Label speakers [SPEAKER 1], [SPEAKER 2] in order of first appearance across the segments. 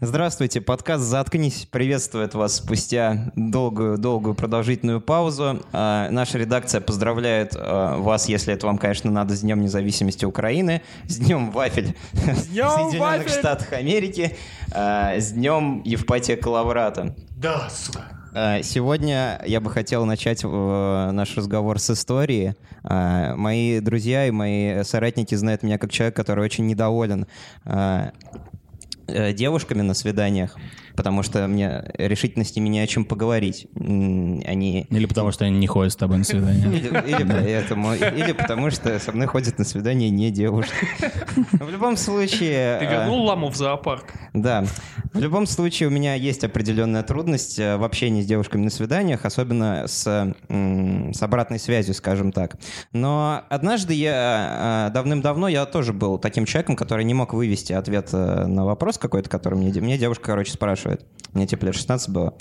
[SPEAKER 1] Здравствуйте, подкаст «Заткнись» приветствует вас спустя долгую-долгую продолжительную паузу. А, наша редакция поздравляет а, вас, если это вам, конечно, надо, с Днем независимости Украины, с Днем Вафель
[SPEAKER 2] С днем
[SPEAKER 1] Соединенных
[SPEAKER 2] вафель!
[SPEAKER 1] Штатов Америки, а, с Днем Евпатия Калаврата.
[SPEAKER 3] Да, сука.
[SPEAKER 1] Э, Сегодня я бы хотел начать э, наш разговор с истории. Э, Мои друзья и мои соратники знают меня как человек, который очень недоволен э, э, девушками на свиданиях, потому что мне решительно с ними не о чем поговорить. М, Они
[SPEAKER 4] Или потому что они не ходят с тобой на свидание.
[SPEAKER 1] или, или поэтому, или потому что со мной ходят на свидание не девушки. В любом случае...
[SPEAKER 2] Ты
[SPEAKER 1] э,
[SPEAKER 2] вернул ламу в зоопарк?
[SPEAKER 1] да. В любом случае, у меня есть определенная трудность э, в общении с девушками на свиданиях, особенно с, м, с обратной связью, скажем так. Но однажды я э, давным-давно я тоже был таким человеком, который не мог вывести ответ э, на вопрос какой-то, который мне, де- мне девушка, короче, спрашивает. Мне типа лет 16 было.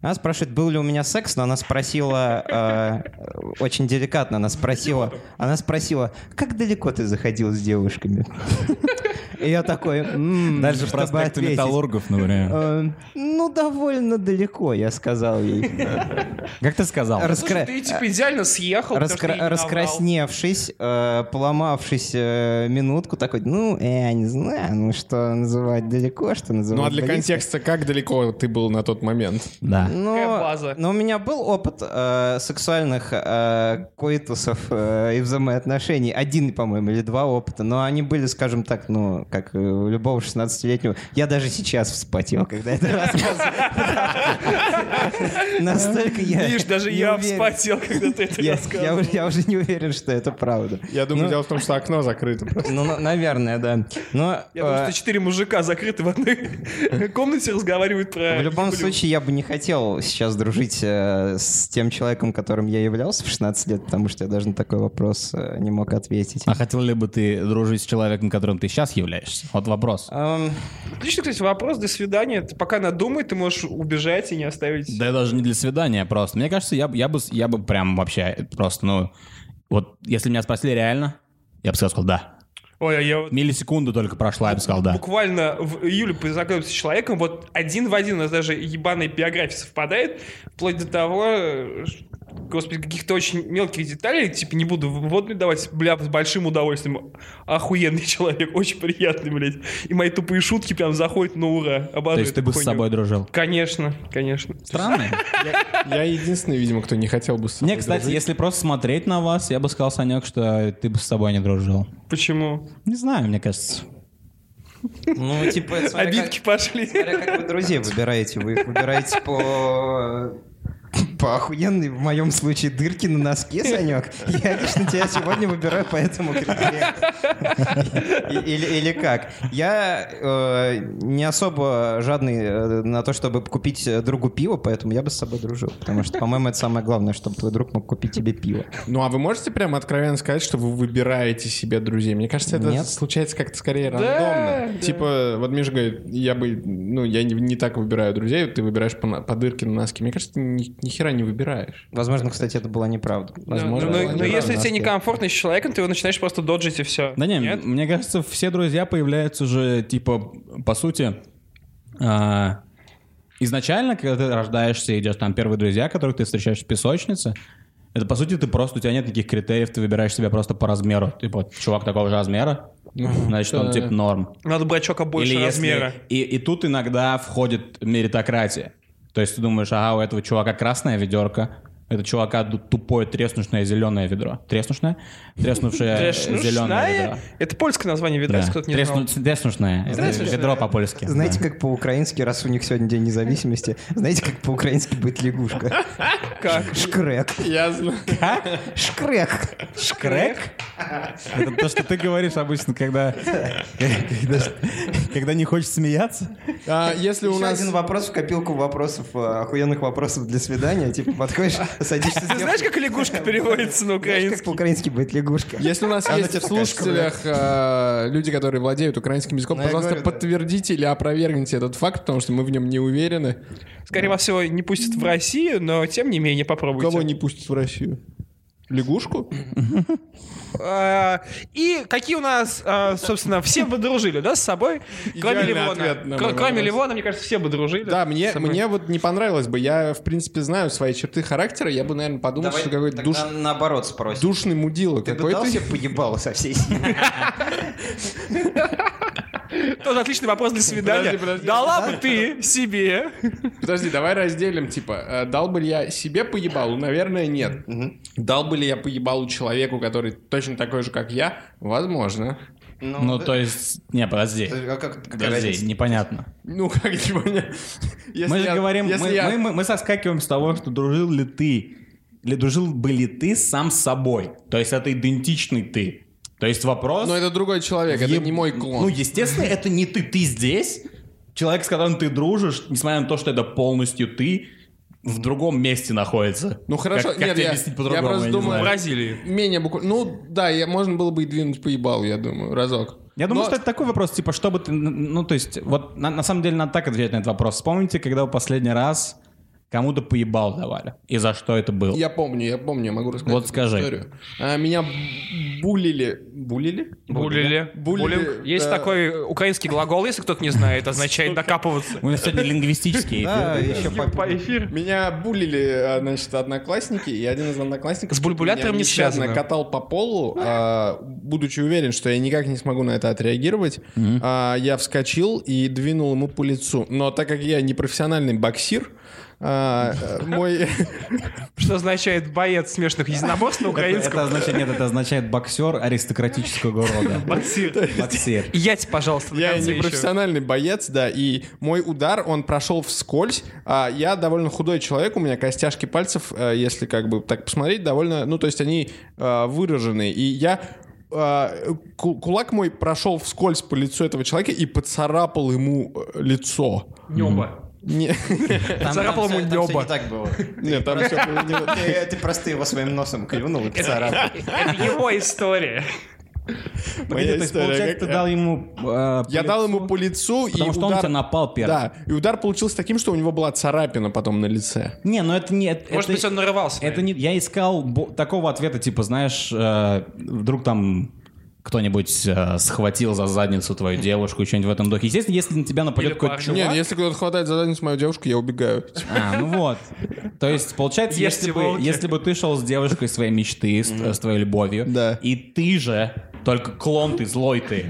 [SPEAKER 1] Она спрашивает, был ли у меня секс, но она спросила э, очень деликатно, она спросила, она спросила, как далеко ты заходил с девушками? И я такой, «М,
[SPEAKER 4] Дальше
[SPEAKER 1] чтобы
[SPEAKER 4] проспект
[SPEAKER 1] ответить».
[SPEAKER 4] металлургов, например.
[SPEAKER 1] Э, Ну, довольно далеко, я сказал ей.
[SPEAKER 4] Как ты сказал?
[SPEAKER 1] Раскра-
[SPEAKER 2] Слушай, ты типа идеально съехал. потому что
[SPEAKER 1] Раскра-
[SPEAKER 2] я не наврал.
[SPEAKER 1] Раскрасневшись, э, поломавшись э, минутку, такой, ну, э, я не знаю, ну, что называть далеко, что называть
[SPEAKER 3] Ну а для
[SPEAKER 1] близко».
[SPEAKER 3] контекста, как далеко ты был на тот момент?
[SPEAKER 4] Да.
[SPEAKER 2] Какая
[SPEAKER 1] Но,
[SPEAKER 2] база?
[SPEAKER 1] но Ну, у меня был опыт э, сексуальных э, коитусов э, и взаимоотношений. Один, по-моему, или два опыта. Но они были, скажем так, ну, как э, у любого 16-летнего. Я даже сейчас
[SPEAKER 2] Ну.
[SPEAKER 1] вспотел, когда это рассказывал. Настолько я...
[SPEAKER 2] Видишь, даже
[SPEAKER 1] не
[SPEAKER 2] я
[SPEAKER 1] уверен.
[SPEAKER 2] вспотел, когда ты это
[SPEAKER 1] Я- Я
[SPEAKER 2] рассказывал.
[SPEAKER 1] уже- я уже не уверен, что это правда.
[SPEAKER 3] Я думаю,
[SPEAKER 1] Ну.
[SPEAKER 3] дело в том, что окно закрыто.
[SPEAKER 1] Ну, на- наверное, да. Но
[SPEAKER 2] Я думаю,
[SPEAKER 1] э,
[SPEAKER 2] что четыре мужика закрыты в одной комнате разговаривают про...
[SPEAKER 1] В любом
[SPEAKER 2] Библию.
[SPEAKER 1] случае, я бы не хотел сейчас дружить э, с тем человеком, которым я являлся в 16 лет, потому что я даже на такой вопрос э, не мог ответить.
[SPEAKER 4] А хотел ли бы ты дружить с человеком, которым ты сейчас являешься? Вот вопрос.
[SPEAKER 1] Эм,
[SPEAKER 2] Отлично, кстати, вопрос до свидания. Ты пока она думает, ты можешь убежать и не оставить...
[SPEAKER 4] Да я даже не для свидания а просто. Мне кажется, я, б- я, бы, с- я бы прям вообще просто, ну... Вот если меня спросили реально, я бы сказал, да.
[SPEAKER 2] Ой, а я вот
[SPEAKER 4] Миллисекунду только прошла, я бы сказал, да.
[SPEAKER 2] буквально в июле познакомился с человеком, вот один в один, у нас даже ебаная биография совпадает, вплоть до того, э, ш- господи, каких-то очень мелких деталей, типа не буду вводную давать, бля, с большим удовольствием. Охуенный человек, очень приятный, блядь. И мои тупые шутки прям заходят на ура. Обожаю
[SPEAKER 4] То есть ты
[SPEAKER 2] эту
[SPEAKER 4] бы с
[SPEAKER 2] хуйню.
[SPEAKER 4] собой дружил.
[SPEAKER 2] Конечно, конечно.
[SPEAKER 4] Странно.
[SPEAKER 3] Я единственный, видимо, кто не хотел бы с собой
[SPEAKER 4] Мне, кстати,
[SPEAKER 3] дружить.
[SPEAKER 4] если просто смотреть на вас, я бы сказал, Санек, что ты бы с собой не дружил.
[SPEAKER 2] Почему?
[SPEAKER 4] Не знаю, мне кажется.
[SPEAKER 1] Ну, типа, это смотря как-
[SPEAKER 2] Обидки пошли.
[SPEAKER 1] смотря как вы друзей выбираете. Вы их выбираете по... По охуенной, в моем случае, дырки на носке, Санек. Я лично тебя сегодня выбираю по этому критерию. И- Или, или как? Я э, не особо жадный э, на то, чтобы купить э, другу пиво, поэтому я бы с собой дружил. Потому что, по-моему, это самое главное, чтобы твой друг мог купить тебе пиво.
[SPEAKER 3] Ну а вы можете прямо откровенно сказать, что вы выбираете себе друзей? Мне кажется, это
[SPEAKER 1] Нет.
[SPEAKER 3] случается как-то скорее
[SPEAKER 2] Да,
[SPEAKER 3] рандомно.
[SPEAKER 2] да.
[SPEAKER 3] Типа, вот Миша говорит, я бы, ну, я не, не так выбираю друзей, ты выбираешь по, на- по дырке на носке. Мне кажется, ты ни, ни хера не выбираешь.
[SPEAKER 1] Возможно, кстати, это была неправда.
[SPEAKER 3] Возможно,
[SPEAKER 2] но,
[SPEAKER 3] да,
[SPEAKER 2] но-
[SPEAKER 3] да,
[SPEAKER 2] но
[SPEAKER 3] да,
[SPEAKER 2] Ну, если
[SPEAKER 1] на носке.
[SPEAKER 2] тебе некомфортно с человеком, ты его начинаешь просто доджить и все.
[SPEAKER 4] Да не, м- мне кажется, все друзья появляются уже, типа, по сути, а, изначально, когда ты рождаешься и идешь там первые друзья, которых ты встречаешь в песочнице, это, по сути, ты просто, у тебя нет никаких критериев, ты выбираешь себя просто по размеру. Типа, вот чувак такого же размера, значит, он, типа, норм.
[SPEAKER 2] Надо брачока больше
[SPEAKER 4] Или если-
[SPEAKER 2] размера.
[SPEAKER 4] И, и тут иногда входит меритократия. То есть ты думаешь, ага, у этого чувака красная ведерка, это чувака ду- тупое треснушное зеленое ведро. Треснушное?
[SPEAKER 3] Э,
[SPEAKER 4] Треснувшее
[SPEAKER 2] Трэш-
[SPEAKER 4] зеленое ведро.
[SPEAKER 2] ну, шная? Это польское название ведра,
[SPEAKER 4] Да. ну,
[SPEAKER 2] если кто-то не
[SPEAKER 4] Тресну-
[SPEAKER 2] знал.
[SPEAKER 4] Треснушное.
[SPEAKER 2] Треснушное.
[SPEAKER 4] Э, Ведро по-польски.
[SPEAKER 1] Знаете,
[SPEAKER 4] Да.
[SPEAKER 1] как по-украински, раз у них сегодня День независимости, знаете, как по-украински будет лягушка?
[SPEAKER 2] Как?
[SPEAKER 1] Шкрек.
[SPEAKER 3] Я знаю.
[SPEAKER 1] Шкрек.
[SPEAKER 4] Шкрек? Это то, что ты говоришь обычно, когда, когда, когда не хочешь смеяться.
[SPEAKER 3] А если у
[SPEAKER 1] Еще
[SPEAKER 3] нас...
[SPEAKER 1] один вопрос в копилку вопросов, э, охуенных вопросов для свидания. Типа, подходишь, садишься с
[SPEAKER 2] Ты знаешь,
[SPEAKER 1] девушкой.
[SPEAKER 2] как лягушка переводится на
[SPEAKER 1] Знаешь, как
[SPEAKER 2] украинский?
[SPEAKER 1] по-украински будет лягушка?
[SPEAKER 3] Если у нас
[SPEAKER 1] Она
[SPEAKER 3] есть
[SPEAKER 1] тебе
[SPEAKER 3] в
[SPEAKER 1] такая,
[SPEAKER 3] слушателях э, люди, которые владеют украинским языком,
[SPEAKER 1] Ну, я
[SPEAKER 3] пожалуйста,
[SPEAKER 1] говорю, да.
[SPEAKER 3] подтвердите или опровергните этот факт, потому что мы в нем не уверены.
[SPEAKER 2] Скорее всего, не пустят в Россию, но тем не менее попробуйте.
[SPEAKER 3] Кого не пустят в Россию? Лягушку?
[SPEAKER 2] А, И какие у нас, а, собственно, все бы дружили, да, с собой? Кроме
[SPEAKER 3] Идеальный
[SPEAKER 2] Ливона.
[SPEAKER 3] ответ на
[SPEAKER 2] Кро-
[SPEAKER 3] мой
[SPEAKER 2] Кроме
[SPEAKER 3] вопрос.
[SPEAKER 2] Ливона, мне кажется, все бы дружили.
[SPEAKER 3] Да, мне,
[SPEAKER 2] с собой.
[SPEAKER 3] мне вот не понравилось бы. Я, в принципе, знаю свои черты характера. Я бы, наверное, подумал,
[SPEAKER 1] Давай
[SPEAKER 3] что какой-то
[SPEAKER 1] тогда
[SPEAKER 3] душ,
[SPEAKER 1] наоборот спросим.
[SPEAKER 3] душный мудила
[SPEAKER 1] Ты
[SPEAKER 3] какой-то.
[SPEAKER 1] пытался поебало со всей силы?
[SPEAKER 2] Тоже отличный вопрос для свидания.
[SPEAKER 3] Подожди, подожди.
[SPEAKER 2] Дала бы ты себе.
[SPEAKER 3] Подожди, давай разделим, типа, э, дал бы ли я себе поебалу? Наверное, нет. Дал бы ли я поебалу человеку, который точно такой же, как я? Возможно.
[SPEAKER 4] Ну, то есть... Не, подожди.
[SPEAKER 1] А как- какая
[SPEAKER 4] Подожди,
[SPEAKER 1] разница?
[SPEAKER 4] непонятно.
[SPEAKER 3] Ну, как сегодня...
[SPEAKER 4] Мы же говорим, мы, мы- мы- мы соскакиваем с того, что дружил ли ты, или дружил бы ли ты сам с собой. То есть это идентичный ты. То есть вопрос...
[SPEAKER 3] Но это другой человек, это
[SPEAKER 4] Еб-
[SPEAKER 3] не мой клон.
[SPEAKER 4] Ну, естественно, это не ты. Ты здесь. Человек, с которым ты дружишь, несмотря на то, что это полностью ты, в другом месте находится.
[SPEAKER 3] Ну, хорошо.
[SPEAKER 4] Как, как
[SPEAKER 3] Нет,
[SPEAKER 4] тебе
[SPEAKER 3] я-
[SPEAKER 4] объяснить по-другому?
[SPEAKER 3] я просто
[SPEAKER 4] не
[SPEAKER 3] думаю,
[SPEAKER 4] знаю.
[SPEAKER 2] Бразилии.
[SPEAKER 3] Менее буквально... Ну, да, я, можно было бы и двинуть поебалу, я думаю, разок.
[SPEAKER 4] Я думаю,
[SPEAKER 3] Но-
[SPEAKER 4] что это такой вопрос, типа, что бы ты... Ну, то есть, вот на, на самом деле надо так отвечать на этот вопрос. Вспомните, когда вы последний раз кому-то поебал давали. И за что это было?
[SPEAKER 3] Я помню, я помню, я могу рассказать
[SPEAKER 4] Вот
[SPEAKER 3] эту
[SPEAKER 4] скажи.
[SPEAKER 3] историю. А, меня булили... Булили?
[SPEAKER 2] Булили.
[SPEAKER 3] Булили,
[SPEAKER 2] Булинг. Есть
[SPEAKER 3] да.
[SPEAKER 2] такой украинский глагол, если кто-то не знает, означает докапываться.
[SPEAKER 4] У нас сегодня лингвистический
[SPEAKER 1] Да,
[SPEAKER 4] эфир.
[SPEAKER 1] еще А, по-
[SPEAKER 2] эфир.
[SPEAKER 3] Меня булили, а, значит, одноклассники, и один из одноклассников...
[SPEAKER 2] С бульбулятором не
[SPEAKER 3] меня нещадно
[SPEAKER 2] связано.
[SPEAKER 3] катал по полу, а, будучи уверен, что я никак не смогу на это отреагировать, а, я вскочил и двинул ему по лицу. Но так как я не профессиональный боксир, а, э, мой...
[SPEAKER 2] Что означает боец смешных единоборств на
[SPEAKER 4] Это, это
[SPEAKER 2] украинском.
[SPEAKER 4] означает, нет, это означает боксер аристократического рода.
[SPEAKER 2] Боксир.
[SPEAKER 4] Боксер.
[SPEAKER 2] И Я тебе, пожалуйста, на
[SPEAKER 3] Я
[SPEAKER 2] конце
[SPEAKER 3] не
[SPEAKER 2] еще.
[SPEAKER 3] профессиональный боец, да, и мой удар, он прошел вскользь. А я довольно худой человек, у меня костяшки пальцев, э, если как бы так посмотреть, довольно, ну, то есть они э, выражены. И я э, ку- кулак мой прошел вскользь по лицу этого человека и поцарапал ему э, лицо.
[SPEAKER 2] Нёба.
[SPEAKER 3] Не-
[SPEAKER 1] Там-
[SPEAKER 2] Царапал
[SPEAKER 1] там
[SPEAKER 2] ему
[SPEAKER 1] всё- там всё
[SPEAKER 2] нёба.
[SPEAKER 1] не так было.
[SPEAKER 3] Нет, там всё было не-
[SPEAKER 1] Ты ты просто его своим носом клюнул и поцарапал.
[SPEAKER 2] Это его история.
[SPEAKER 3] Моя
[SPEAKER 4] То есть,
[SPEAKER 3] история,
[SPEAKER 4] получается,
[SPEAKER 3] как
[SPEAKER 4] ты
[SPEAKER 3] я-
[SPEAKER 4] дал ему... э,
[SPEAKER 3] Я
[SPEAKER 4] по
[SPEAKER 3] дал
[SPEAKER 4] лицу,
[SPEAKER 3] ему по лицу, и
[SPEAKER 4] Потому что он
[SPEAKER 3] удар-
[SPEAKER 4] тебя напал первым.
[SPEAKER 3] Да, и удар получился таким, что у него была царапина потом на лице.
[SPEAKER 4] Не, ну это не... это-
[SPEAKER 2] Может быть, он нарывался.
[SPEAKER 4] Это не... Я искал бо- такого ответа, типа, знаешь, э, вдруг там кто-нибудь э, схватил за задницу твою девушку, что-нибудь в этом духе. Естественно, если на тебя нападет
[SPEAKER 2] Или
[SPEAKER 4] какой-то
[SPEAKER 2] парня.
[SPEAKER 4] чувак...
[SPEAKER 3] Нет, ну, если кто-то хватает за задницу мою девушку, я убегаю.
[SPEAKER 4] А, ну вот. То есть, получается,
[SPEAKER 2] Ешьте
[SPEAKER 4] если бы,
[SPEAKER 2] волки.
[SPEAKER 4] если бы ты шел с девушкой своей мечты, с, с твоей любовью,
[SPEAKER 3] Да.
[SPEAKER 4] и ты же, только клон ты, злой ты.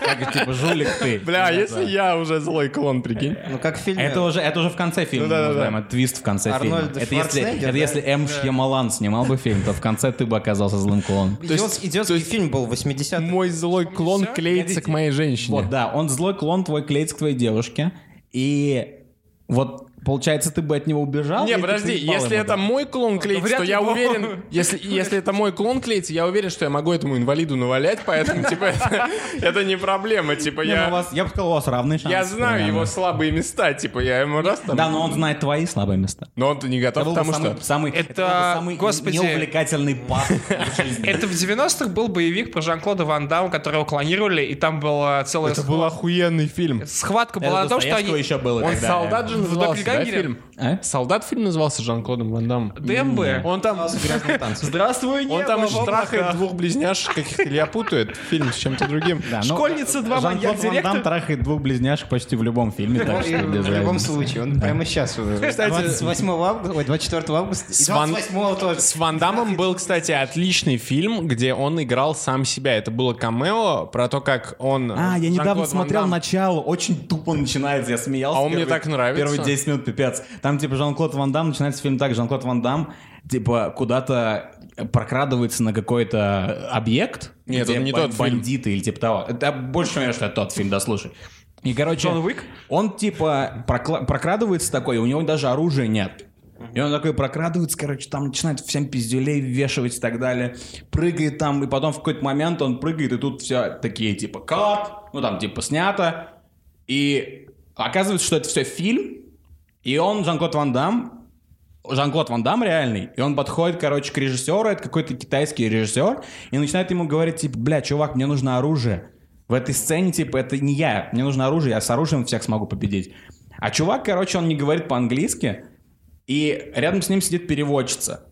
[SPEAKER 4] Как, типа, жулик ты.
[SPEAKER 3] Бля, а если я уже злой клон, прикинь?
[SPEAKER 1] Ну, как в
[SPEAKER 4] А
[SPEAKER 1] фильме.
[SPEAKER 4] Это уже, это уже в конце фильма,
[SPEAKER 3] Ну да,
[SPEAKER 4] мы
[SPEAKER 3] да, да.
[SPEAKER 4] узнаем, это твист в конце
[SPEAKER 1] Арнольд
[SPEAKER 4] фильма. Это если,
[SPEAKER 1] Шварценеггер,
[SPEAKER 4] это
[SPEAKER 1] да?
[SPEAKER 4] если М. Шьямалан снимал бы фильм, то в конце ты бы оказался злым клоном.
[SPEAKER 1] Идиот-
[SPEAKER 3] То есть-
[SPEAKER 1] Идиотский
[SPEAKER 3] то есть-
[SPEAKER 1] фильм был 80
[SPEAKER 3] Мой злой клон
[SPEAKER 2] всё?
[SPEAKER 3] клеится к моей женщине.
[SPEAKER 4] Вот, да, он злой клон твой клеится к твоей девушке, и вот, получается, ты бы от него убежал? или
[SPEAKER 3] Не,
[SPEAKER 4] ты
[SPEAKER 3] подожди,
[SPEAKER 4] поебал
[SPEAKER 3] если
[SPEAKER 4] его,
[SPEAKER 3] это
[SPEAKER 4] да?
[SPEAKER 3] мой клон клеится,
[SPEAKER 2] вряд
[SPEAKER 3] то
[SPEAKER 2] ли
[SPEAKER 3] я
[SPEAKER 2] бы он-
[SPEAKER 3] уверен, если, если это мой клон клеится, я уверен, что я могу этому инвалиду навалять, поэтому, типа, это, это не проблема, типа,
[SPEAKER 4] Не, ну, у
[SPEAKER 3] я,
[SPEAKER 4] вас, я бы сказал, у вас равный шанс.
[SPEAKER 3] я знаю
[SPEAKER 4] примерно.
[SPEAKER 3] его слабые места, типа, я ему раз там...
[SPEAKER 4] Да, но он знает твои слабые места.
[SPEAKER 3] Но он-то не готов,
[SPEAKER 4] Это был бы
[SPEAKER 3] потому
[SPEAKER 4] самый,
[SPEAKER 3] что...
[SPEAKER 4] самый-
[SPEAKER 2] Это,
[SPEAKER 4] был бы самый
[SPEAKER 2] господи.
[SPEAKER 4] неувлекательный пас в жизни.
[SPEAKER 2] Это в 90-х был боевик про Жан-Клода Ван Дамма, которого клонировали, и там была целая
[SPEAKER 3] Это
[SPEAKER 2] схва-
[SPEAKER 3] был охуенный фильм.
[SPEAKER 2] схватка
[SPEAKER 4] Это
[SPEAKER 2] была о том, что
[SPEAKER 4] Достоевского
[SPEAKER 2] они...
[SPEAKER 4] еще было
[SPEAKER 3] Он
[SPEAKER 4] тогда.
[SPEAKER 3] солдат же
[SPEAKER 2] В
[SPEAKER 3] назывался, да,
[SPEAKER 2] «Докельгангере»?
[SPEAKER 3] фильм?
[SPEAKER 4] А?
[SPEAKER 3] Солдат фильм назывался с Жан-Клодом Ван Даммом.
[SPEAKER 2] ДМБ.
[SPEAKER 3] Он там...
[SPEAKER 1] грязных
[SPEAKER 4] А?
[SPEAKER 1] танцев.
[SPEAKER 2] Здравствуй,
[SPEAKER 3] Он там еще трахает двух близняшек каких-то, или я путаю этот фильм с чем-то другим.
[SPEAKER 4] Да, ну,
[SPEAKER 2] Школьница, два
[SPEAKER 4] Жан-Клод
[SPEAKER 2] маньяк,
[SPEAKER 4] Ван Дам
[SPEAKER 2] директор.
[SPEAKER 4] трахает двух близняшек почти в любом фильме. так что без
[SPEAKER 1] Ну, В любом
[SPEAKER 4] разницы.
[SPEAKER 1] случае, он прямо сейчас.
[SPEAKER 3] Кстати,
[SPEAKER 1] 28 августа, ой, 24 августа. И
[SPEAKER 3] с Ван-
[SPEAKER 1] 28 тоже.
[SPEAKER 3] С Ван Даммом был, кстати, отличный фильм, где он играл сам себя. Это было камео про то, как он...
[SPEAKER 4] А, я недавно
[SPEAKER 3] Жан-Клод Ван
[SPEAKER 4] смотрел
[SPEAKER 3] Дамм.
[SPEAKER 4] начало, очень тупо начинается, я смеялся.
[SPEAKER 3] А он мне
[SPEAKER 4] первые-
[SPEAKER 3] так нравится.
[SPEAKER 4] Первые 10 минут, пипец. Там, типа, Жан-Клод Ван Дам, начинается фильм так, Жан-Клод Ван Дам, типа, куда-то прокрадывается на какой-то объект.
[SPEAKER 3] Нет,
[SPEAKER 4] где
[SPEAKER 3] это не
[SPEAKER 4] ба-
[SPEAKER 3] тот фильм.
[SPEAKER 4] Бандиты или типа того. Это больше уверен, что это тот фильм, да, слушай. И, короче,
[SPEAKER 2] Джон Уик?
[SPEAKER 4] он, типа, прокла- прокрадывается такой, у него даже оружия нет. И он такой прокрадывается, короче, там начинает всем пиздюлей вешивать и так далее. Прыгает там, и потом в какой-то момент он прыгает, и тут все такие, типа, кат, ну там, типа, снято. И оказывается, что это все фильм, и он, Жан-Клод Ван Дам, Жан-Клод Ван Дам реальный, и он подходит, короче, к режиссеру, это какой-то китайский режиссер, и начинает ему говорить, типа, бля, чувак, мне нужно оружие. В этой сцене, типа, это не я, мне нужно оружие, я с оружием всех смогу победить. А чувак, короче, он не говорит по-английски, и рядом с ним сидит переводчица.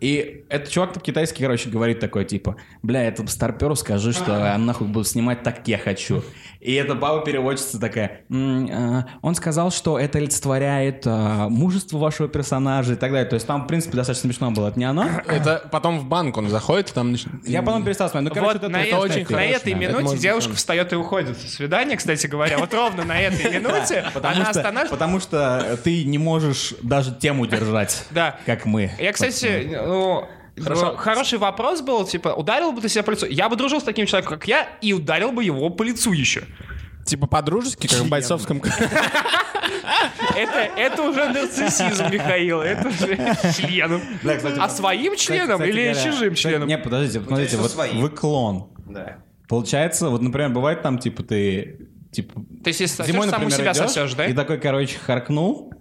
[SPEAKER 4] И этот чувак китайский, короче, говорит такой, типа, бля, этому старперу скажи, что я нахуй буду снимать так, как я хочу. И эта баба переводчица такая, «М, а, он сказал, что это олицетворяет а, мужество вашего персонажа и так далее. То есть там, в принципе, достаточно смешно было. Это не она?
[SPEAKER 3] Это потом в банк он заходит, и там... нач-
[SPEAKER 4] Я потом перестал смотреть. Ну, короче,
[SPEAKER 2] вот
[SPEAKER 4] это,
[SPEAKER 2] на,
[SPEAKER 4] это
[SPEAKER 2] этой-
[SPEAKER 4] очень
[SPEAKER 2] на
[SPEAKER 4] хорошая.
[SPEAKER 2] этой минуте
[SPEAKER 3] может быть
[SPEAKER 2] девушка
[SPEAKER 3] он.
[SPEAKER 2] встает и уходит. Со свидания, кстати говоря. Вот ровно на этой минуте
[SPEAKER 4] Потому
[SPEAKER 2] она
[SPEAKER 4] что,
[SPEAKER 2] останавливается.
[SPEAKER 4] потому что ты не можешь даже тему держать,
[SPEAKER 2] Да.
[SPEAKER 4] как мы.
[SPEAKER 2] Я, кстати, ну, ну, хороший вопрос был, типа, ударил бы ты себя по лицу? Я бы дружил с таким человеком, как я, и ударил бы его по лицу еще.
[SPEAKER 3] Типа по-дружески, как в бойцовском...
[SPEAKER 2] Это, это уже нарциссизм, Михаил, это уже членом.
[SPEAKER 4] Да, кстати,
[SPEAKER 2] А своим членом
[SPEAKER 4] Кстати,
[SPEAKER 2] или
[SPEAKER 4] говоря,
[SPEAKER 2] чужим
[SPEAKER 4] кстати,
[SPEAKER 2] членом?
[SPEAKER 4] Не, подождите, смотрите,
[SPEAKER 1] что
[SPEAKER 4] вот
[SPEAKER 1] свои.
[SPEAKER 4] вы клон.
[SPEAKER 1] Да.
[SPEAKER 4] Получается, вот, например, бывает там, типа, ты, типа,
[SPEAKER 2] То есть, если сосешь,
[SPEAKER 4] зимой,
[SPEAKER 2] сам у
[SPEAKER 4] например,
[SPEAKER 2] себя
[SPEAKER 4] идёшь,
[SPEAKER 2] сосешь, да?
[SPEAKER 4] и такой, короче, харкнул,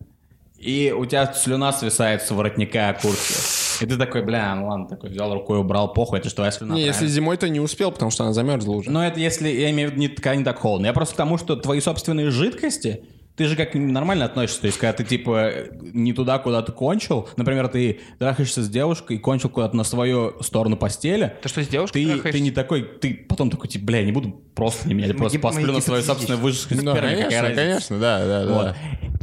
[SPEAKER 4] и у тебя слюна свисает с воротника куртки. И ты такой, бля, ну ладно, такой взял рукой, убрал, похуй, это что, твоя слюна.
[SPEAKER 3] Не, если
[SPEAKER 4] правильно?
[SPEAKER 3] зимой, то не успел, потому что она замерзла уже.
[SPEAKER 4] Но это если, я имею в виду, не, когда не так холодно. Я просто к тому, что твои собственные жидкости, ты же как нормально относишься. То есть, когда ты, типа, не туда, куда ты кончил, например, ты трахаешься с девушкой и кончил куда-то на свою сторону постели,
[SPEAKER 2] Ты что, с девушкой
[SPEAKER 4] ты,
[SPEAKER 2] трахаешься?
[SPEAKER 4] ты не такой, ты потом такой, типа, бля, я не буду просто не менять, я просто
[SPEAKER 1] Маги-
[SPEAKER 4] посплю на свою
[SPEAKER 1] магипатически.
[SPEAKER 4] собственную выжатую
[SPEAKER 2] Ну,
[SPEAKER 3] Да, конечно, конечно, да, да, да.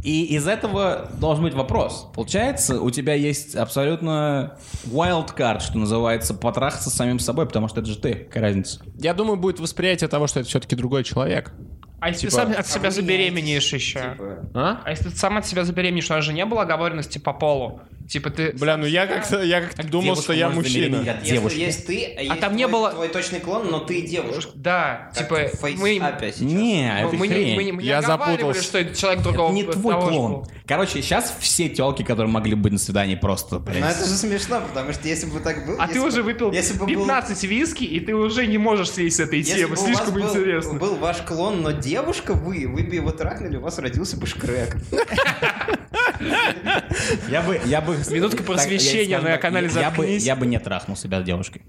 [SPEAKER 4] И из этого должен быть вопрос. Получается, у тебя есть абсолютно wild card, что называется, потрахаться с самим собой, потому что это же ты, какая разница.
[SPEAKER 3] Я думаю, будет восприятие того, что это все-таки другой человек.
[SPEAKER 2] А если
[SPEAKER 3] типа-
[SPEAKER 2] ты сам от себя забеременеешь еще?
[SPEAKER 4] Типа.
[SPEAKER 1] Типа,
[SPEAKER 3] А?
[SPEAKER 2] А если ты сам от себя забеременеешь, у нас же не было оговоренности по полу. Типа ты...
[SPEAKER 3] Бля, ну я как-то я как думал,
[SPEAKER 4] А девушка
[SPEAKER 3] что я
[SPEAKER 4] может
[SPEAKER 3] мужчина.
[SPEAKER 4] забеременеть от
[SPEAKER 1] Если
[SPEAKER 4] девушки.
[SPEAKER 1] есть ты, а, есть
[SPEAKER 2] там не
[SPEAKER 1] твой-
[SPEAKER 2] было-
[SPEAKER 1] твой точный клон, но ты девушка.
[SPEAKER 2] Да,
[SPEAKER 1] Как
[SPEAKER 2] типа
[SPEAKER 1] в фейс
[SPEAKER 2] мы...
[SPEAKER 1] апе сейчас.
[SPEAKER 4] Не, это
[SPEAKER 2] Ну, мы, мы не,
[SPEAKER 4] хрень.
[SPEAKER 2] мы не- мы не
[SPEAKER 3] Я
[SPEAKER 2] оговаривали,
[SPEAKER 3] запутался.
[SPEAKER 2] что это человек другого.
[SPEAKER 4] не твой
[SPEAKER 2] того же
[SPEAKER 4] клон.
[SPEAKER 2] пола.
[SPEAKER 4] Короче, сейчас все телки, которые могли быть на свидании, просто,
[SPEAKER 1] Но
[SPEAKER 4] блядь.
[SPEAKER 1] Ну, это же смешно, потому что если бы так было...
[SPEAKER 2] А
[SPEAKER 1] если
[SPEAKER 2] ты
[SPEAKER 1] бы-
[SPEAKER 2] уже выпил
[SPEAKER 1] если бы был-
[SPEAKER 2] 15 виски, и ты уже не можешь слезть с этой
[SPEAKER 1] Если бы
[SPEAKER 2] темы.
[SPEAKER 1] у вас
[SPEAKER 2] Слишком
[SPEAKER 1] был-
[SPEAKER 2] интересно.
[SPEAKER 1] был ваш клон, но девушка вы, вы бы его трахнули, у вас родился бы шкрек.
[SPEAKER 4] Я бы, я бы...
[SPEAKER 2] Минутка
[SPEAKER 4] так,
[SPEAKER 2] просвещения
[SPEAKER 4] я скажу
[SPEAKER 2] на
[SPEAKER 4] так,
[SPEAKER 2] канале
[SPEAKER 4] я- я бы,
[SPEAKER 2] «Заткнись».
[SPEAKER 4] я бы не трахнул себя с девушкой.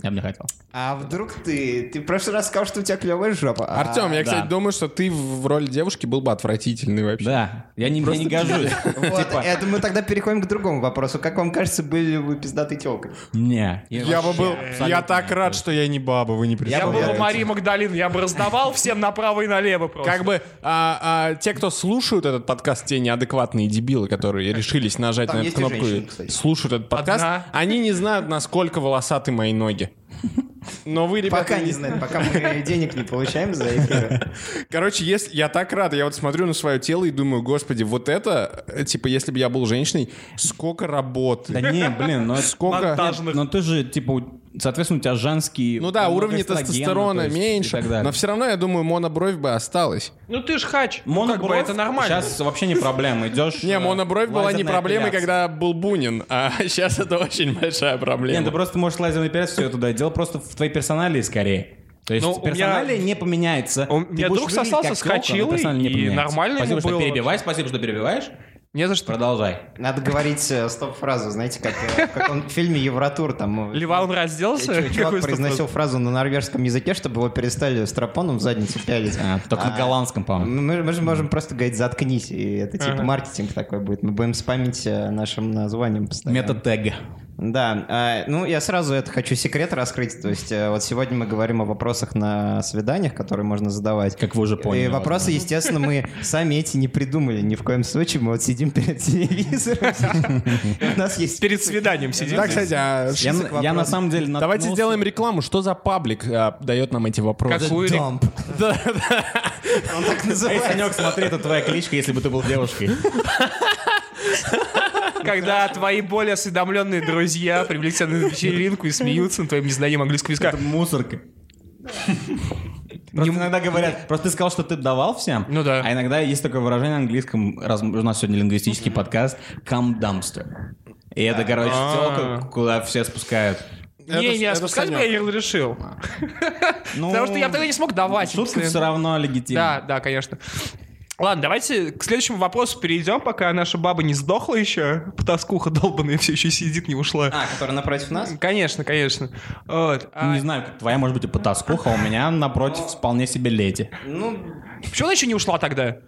[SPEAKER 4] Я бы не хотел.
[SPEAKER 1] А вдруг ты... Ты в прошлый раз сказал, что у тебя клевая жопа. а-
[SPEAKER 3] Артем, я,
[SPEAKER 4] да.
[SPEAKER 3] кстати, думаю, что ты в в роли девушки был бы отвратительный вообще.
[SPEAKER 4] Да, я не, я не гожусь.
[SPEAKER 1] Вот,
[SPEAKER 4] Типа,
[SPEAKER 1] это мы тогда переходим к другому вопросу. Как вам кажется, были вы пиздатой телкой?
[SPEAKER 4] не.
[SPEAKER 3] Я бы был... Я так рад, что я не баба, вы не
[SPEAKER 2] Я бы был
[SPEAKER 3] представляете.
[SPEAKER 2] Мария Магдалин, я бы раздавал всем направо и налево просто.
[SPEAKER 3] Как бы а, а, те, кто слушают этот подкаст, те неадекватные дебилы, которые решились нажать
[SPEAKER 1] Там
[SPEAKER 3] на эту
[SPEAKER 1] есть и
[SPEAKER 3] кнопку
[SPEAKER 1] женщины,
[SPEAKER 3] и
[SPEAKER 1] кстати.
[SPEAKER 3] слушают этот подкаст,
[SPEAKER 2] Одна.
[SPEAKER 3] они не знают, насколько волосаты мои ноги. Но вы, ребята,
[SPEAKER 1] Пока не знаю, пока мы денег не получаем за эфир.
[SPEAKER 3] Короче, если я так рад, я вот смотрю на свое тело и думаю, господи, вот это, э, типа, если бы я был женщиной, сколько работы.
[SPEAKER 4] Да не, блин, ну но
[SPEAKER 3] Сколько-
[SPEAKER 2] Монтажных.
[SPEAKER 4] Но ты же, типа, у- соответственно, у тебя женский...
[SPEAKER 3] Ну да,
[SPEAKER 4] много
[SPEAKER 3] уровни
[SPEAKER 4] эстрогена,
[SPEAKER 3] тестостерона
[SPEAKER 4] то есть,
[SPEAKER 3] меньше,
[SPEAKER 4] и так далее.
[SPEAKER 3] но все равно, я думаю, монобровь бы осталась.
[SPEAKER 2] Ну ты ж хач. Ну,
[SPEAKER 4] Монобровь
[SPEAKER 2] как бы это нормально.
[SPEAKER 4] Сейчас вообще не проблема. Идешь.
[SPEAKER 3] Не,
[SPEAKER 4] э,
[SPEAKER 3] монобровь была не
[SPEAKER 4] лазерная
[SPEAKER 3] проблемой,
[SPEAKER 4] эпиляция.
[SPEAKER 3] когда был Бунин, а сейчас это очень большая
[SPEAKER 4] Нет, ты
[SPEAKER 3] проблема.
[SPEAKER 4] просто можешь лазерный перец все туда. Дело просто в твоей персоналии скорее. То есть
[SPEAKER 2] Ну, у меня-
[SPEAKER 4] персоналия не поменяется.
[SPEAKER 2] У
[SPEAKER 4] Ты
[SPEAKER 2] меня
[SPEAKER 4] будешь
[SPEAKER 2] друг
[SPEAKER 4] выглядеть
[SPEAKER 2] сосался
[SPEAKER 4] как
[SPEAKER 2] с
[SPEAKER 4] тёлка, но
[SPEAKER 2] Хачилой,
[SPEAKER 4] персонально не
[SPEAKER 2] и
[SPEAKER 4] поменяется.
[SPEAKER 2] нормально
[SPEAKER 4] Спасибо,
[SPEAKER 2] ему
[SPEAKER 4] что
[SPEAKER 2] было
[SPEAKER 4] перебиваешь, спасибо, что перебиваешь.
[SPEAKER 2] Не за что.
[SPEAKER 4] Продолжай.
[SPEAKER 1] Надо говорить э, стоп-фразу, знаете, как э, в каком фильме «Евротур» там... э,
[SPEAKER 2] Леван разделся?
[SPEAKER 1] чувак
[SPEAKER 2] Какой
[SPEAKER 1] произносил
[SPEAKER 2] стоп-вопрос?
[SPEAKER 1] фразу на норвежском языке, чтобы его перестали стропоном в задницу пялить.
[SPEAKER 4] А, только на
[SPEAKER 1] А,
[SPEAKER 4] голландском, по-моему.
[SPEAKER 1] Мы, мы же можем просто говорить «заткнись», и это типа маркетинг такой будет. Мы будем спамить э, нашим названием постоянно.
[SPEAKER 4] Метод тега.
[SPEAKER 1] Да, а, ну я сразу это хочу секрет раскрыть. То есть э, вот сегодня мы говорим о вопросах на свиданиях, которые можно задавать.
[SPEAKER 4] Как вы уже поняли.
[SPEAKER 1] И вопросы, естественно, мы сами эти не придумали ни в коем случае. Мы вот сидим перед телевизором. и У нас есть...
[SPEAKER 2] Перед свиданием сидит.
[SPEAKER 3] Да, кстати, а
[SPEAKER 4] Я,
[SPEAKER 1] список
[SPEAKER 4] я на
[SPEAKER 1] вопросов.
[SPEAKER 4] самом деле
[SPEAKER 3] давайте
[SPEAKER 4] наткнулся-
[SPEAKER 3] сделаем рекламу. Что за паблик а, дает нам эти вопросы?
[SPEAKER 2] Какую рек-
[SPEAKER 1] Дамп. Он так
[SPEAKER 4] Эй,
[SPEAKER 1] называется.
[SPEAKER 4] Санек, смотри, это твоя кличка, если бы ты был девушкой.
[SPEAKER 2] Когда твои более осведомленные друзья привлекли тебя на вечеринку и смеются над твоим незнанием английского языка.
[SPEAKER 4] Мусорка. Просто иногда говорят, просто ты сказал, что ты давал всем.
[SPEAKER 2] Ну да.
[SPEAKER 4] А иногда есть такое выражение на английском, раз у нас сегодня лингвистический подкаст, come dumpster. И это, короче,
[SPEAKER 2] А.
[SPEAKER 4] телка, куда все спускают.
[SPEAKER 3] Это
[SPEAKER 2] не,
[SPEAKER 3] с-
[SPEAKER 2] не,
[SPEAKER 3] это
[SPEAKER 2] отпускать
[SPEAKER 3] Санёк.
[SPEAKER 2] меня я решил.
[SPEAKER 4] Ну,
[SPEAKER 2] Потому что я бы тогда не смог давать. им
[SPEAKER 4] Шутка
[SPEAKER 2] постоянно.
[SPEAKER 4] все равно легитимна.
[SPEAKER 2] Да, да, конечно. Ладно, давайте к следующему вопросу перейдем, пока наша баба не сдохла еще. Потаскуха долбаная все еще сидит, не ушла.
[SPEAKER 1] А, который напротив нас?
[SPEAKER 2] Конечно, конечно. Вот.
[SPEAKER 4] Ну,
[SPEAKER 2] А
[SPEAKER 4] Не знаю, как твоя может быть и потаскуха, а у меня напротив вполне себе лети.
[SPEAKER 1] Ну,
[SPEAKER 2] Почему она еще не ушла тогда?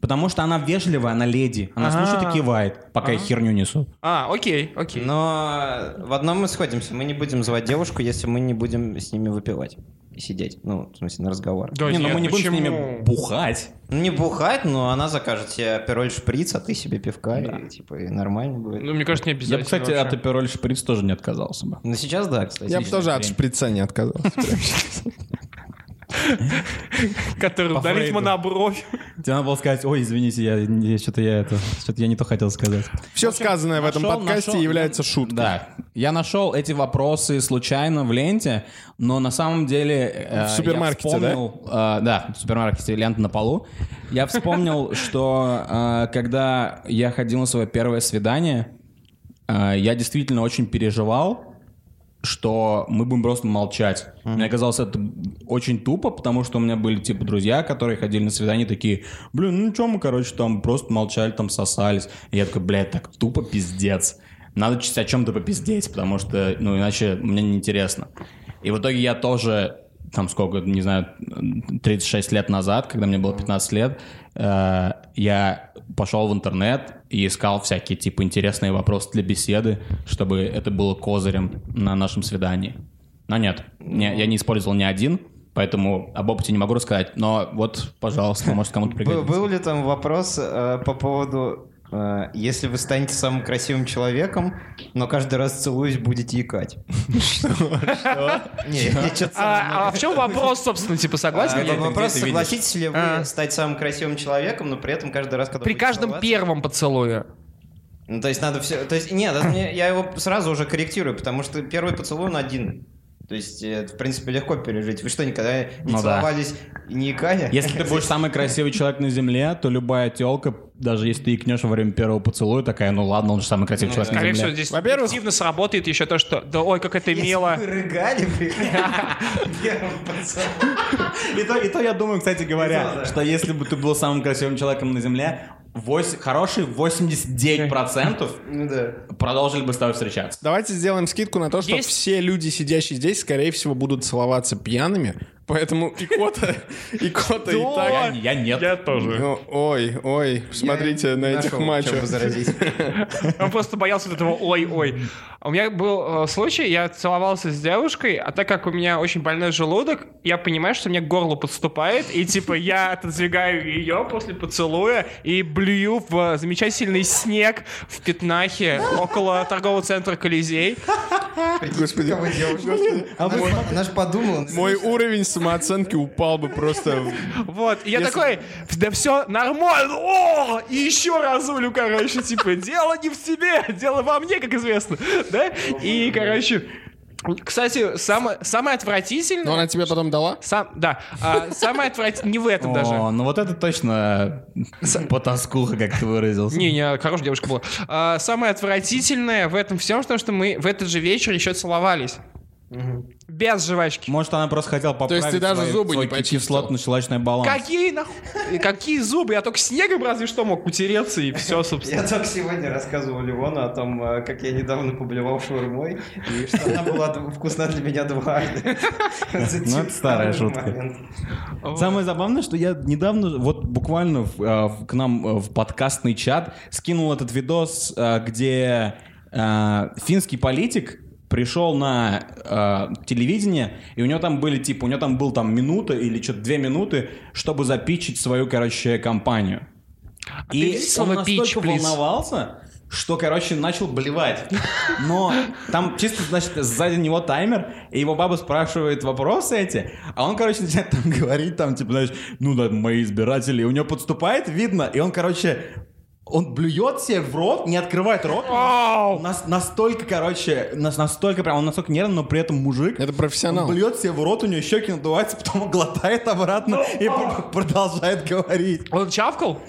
[SPEAKER 4] Потому что она вежливая, она леди. Она
[SPEAKER 2] А.
[SPEAKER 4] слушает и кивает, пока я
[SPEAKER 2] А.
[SPEAKER 4] херню несу.
[SPEAKER 2] А, окей, окей.
[SPEAKER 1] Но в одном мы сходимся. Мы не будем звать девушку, если мы не будем с ними выпивать и сидеть. Ну, в смысле, на разговор.
[SPEAKER 2] Да
[SPEAKER 4] не, ну
[SPEAKER 2] нет,
[SPEAKER 4] мы не будем с ними
[SPEAKER 2] почему?
[SPEAKER 4] бухать.
[SPEAKER 1] Ну, не бухать, но она закажет тебе пироль шприц, а ты себе пивка, и, типа, и нормально будет.
[SPEAKER 2] Ну, мне кажется, не
[SPEAKER 4] Я
[SPEAKER 2] обязательно.
[SPEAKER 4] бы, кстати,
[SPEAKER 2] вообще.
[SPEAKER 4] от опероль шприц тоже не отказался бы.
[SPEAKER 1] Ну, сейчас да, кстати.
[SPEAKER 3] Я бы тоже от
[SPEAKER 4] хрень.
[SPEAKER 3] шприца не отказался.
[SPEAKER 2] Который ударит
[SPEAKER 4] Фрейду.
[SPEAKER 2] ему на бровь.
[SPEAKER 4] Тебе надо было сказать, ой, извините, я, я что-то я это, что-то я не то хотел сказать.
[SPEAKER 3] Все сказанное в этом
[SPEAKER 4] нашел,
[SPEAKER 3] подкасте
[SPEAKER 4] нашел.
[SPEAKER 3] является шуткой.
[SPEAKER 4] Да, я нашел эти вопросы случайно в ленте, но на самом деле э,
[SPEAKER 3] В супермаркете,
[SPEAKER 4] я вспомнил, э, да, в супермаркете лента на полу. Я вспомнил, что э, когда я ходил на свое первое свидание, э, я действительно очень переживал, что мы будем просто молчать. Мне казалось это очень тупо, потому что у меня были типа друзья, которые ходили на свидание такие, блин, ну чё мы, короче, там просто молчали, там сосались. И я такой, блядь, так тупо пиздец. Надо чуть о чем-то попиздеть, потому что, ну, иначе мне неинтересно. И в итоге я тоже, там сколько, не знаю, 36 лет назад, когда мне было 15 лет, э, я пошел в интернет и искал всякие, типа, интересные вопросы для беседы, чтобы это было козырем на нашем свидании. Но нет,
[SPEAKER 2] Ну.
[SPEAKER 4] не- я не использовал ни один, поэтому об опыте не могу рассказать. Но вот, пожалуйста, может кому-то
[SPEAKER 1] Был,
[SPEAKER 4] пригодится.
[SPEAKER 1] был ли там вопрос э, по поводу, э, если вы станете самым красивым человеком, но каждый раз целуюсь, будете икать? Что? Не, я чё-то сам не
[SPEAKER 2] А, а в чем вопрос, собственно, типа, согласен?
[SPEAKER 1] А,
[SPEAKER 2] я?
[SPEAKER 1] это вопрос,
[SPEAKER 4] где ты
[SPEAKER 1] согласитесь ли вы
[SPEAKER 2] А.
[SPEAKER 1] стать самым красивым человеком, но при этом каждый раз, когда
[SPEAKER 2] При
[SPEAKER 1] будете
[SPEAKER 2] каждом
[SPEAKER 1] целоваться-
[SPEAKER 2] первом поцелуе.
[SPEAKER 1] Ну, то есть надо все... То есть, нет, это мне- я его сразу уже корректирую, потому что первый поцелуй, он один. То есть, э, это, в принципе, легко пережить. Вы что, никогда не
[SPEAKER 4] Ну да.
[SPEAKER 1] целовались и не икали?
[SPEAKER 4] Если ты будешь самый красивый человек на земле, то любая телка, даже если ты икнешь во время первого поцелуя, такая, ну ладно, он же самый красивый человек на
[SPEAKER 2] Скорее всего,
[SPEAKER 4] земле.
[SPEAKER 2] здесь
[SPEAKER 3] Во-первых-
[SPEAKER 2] объективно сработает еще то, что да ой, как это мило.
[SPEAKER 1] Если вы рыгали при первом поцелуе.
[SPEAKER 4] И то, и то я думаю, кстати
[SPEAKER 1] Ну да.
[SPEAKER 4] говоря, что если бы ты был самым красивым человеком на земле, вось- хорошие 89%
[SPEAKER 1] Ну да.
[SPEAKER 4] продолжили бы с тобой встречаться.
[SPEAKER 3] Давайте сделаем скидку на то, что
[SPEAKER 2] Есть?
[SPEAKER 3] все люди, сидящие здесь, скорее всего, будут целоваться пьяными. Поэтому икота, икота и
[SPEAKER 2] Да.
[SPEAKER 3] так...
[SPEAKER 4] Я, не- я нет.
[SPEAKER 2] тоже.
[SPEAKER 3] Ну, Ой, ой, посмотрите
[SPEAKER 1] Я
[SPEAKER 3] на
[SPEAKER 1] не
[SPEAKER 3] этих
[SPEAKER 1] нашел, чем
[SPEAKER 3] мачо.
[SPEAKER 1] возразить.
[SPEAKER 2] Он просто боялся вот этого ой-ой. У меня был э, случай, я целовался с девушкой, а так как у меня очень больной желудок, я понимаю, что мне горло подступает, и типа я отодвигаю ее после поцелуя и блюю в э, замечательный снег в Пятнахе около торгового центра Колизей.
[SPEAKER 3] Господи, господи.
[SPEAKER 1] Наш- а Наш подумал. он-
[SPEAKER 3] Мой уровень самооценки упал бы просто... в-
[SPEAKER 2] Вот, и я
[SPEAKER 3] Если-
[SPEAKER 2] такой, да все нормально, о, и еще разулю, короче, типа, дело не в тебе, дело во мне, как известно, да, и, короче, кстати, самое, самое отвратительное...
[SPEAKER 3] Но она тебе потом дала?
[SPEAKER 2] Сам, да, а, самое отвратительное, не в этом даже.
[SPEAKER 4] О, ну вот это точно потаскуха, как ты выразился.
[SPEAKER 2] Не, не, хорошая девушка была. А, самое отвратительное в этом всем, то, что мы в этот же вечер еще целовались. Без жвачки.
[SPEAKER 4] Может, она просто хотела поправить
[SPEAKER 3] есть ты даже
[SPEAKER 4] свой-
[SPEAKER 3] зубы
[SPEAKER 4] свой
[SPEAKER 3] не почистил?
[SPEAKER 4] кислотно-щелочной баланс.
[SPEAKER 2] Какие нахуй? Какие зубы? Я только снегом разве что мог утереться и все, собственно.
[SPEAKER 1] Я только сегодня рассказывал Ливону о том, э, как я недавно поблевал шаурмой, и что она была д- вкусна для меня дважды.
[SPEAKER 4] Ну, это старая шутка. Самое забавное, что я недавно, вот буквально в, э, в- к нам э, в подкастный чат скинул этот видос, э, где э, финский политик пришел на э, телевидение, и у него там были, типа, у него там был там минута или что-то две минуты, чтобы запичить свою, короче, компанию.
[SPEAKER 2] А
[SPEAKER 4] И
[SPEAKER 2] Отведите
[SPEAKER 4] А он
[SPEAKER 2] слово
[SPEAKER 4] настолько
[SPEAKER 2] «пич», please.
[SPEAKER 4] волновался, что, короче, начал блевать. Но там чисто, значит, сзади него таймер, и его баба спрашивает вопросы эти, а он, короче, начинает там говорить, там, типа, знаешь, ну да, мои избиратели, и у него подступает, видно, и он, короче, он блюет себе в рот, не открывает рот.
[SPEAKER 2] Ау!
[SPEAKER 4] Нас, настолько, короче, нас настолько прям, он настолько нервный, но при этом мужик.
[SPEAKER 3] Это профессионал.
[SPEAKER 4] Он блюет себе в рот, у него щеки надуваются, потом глотает обратно и пр- продолжает говорить.
[SPEAKER 2] Он чавкал?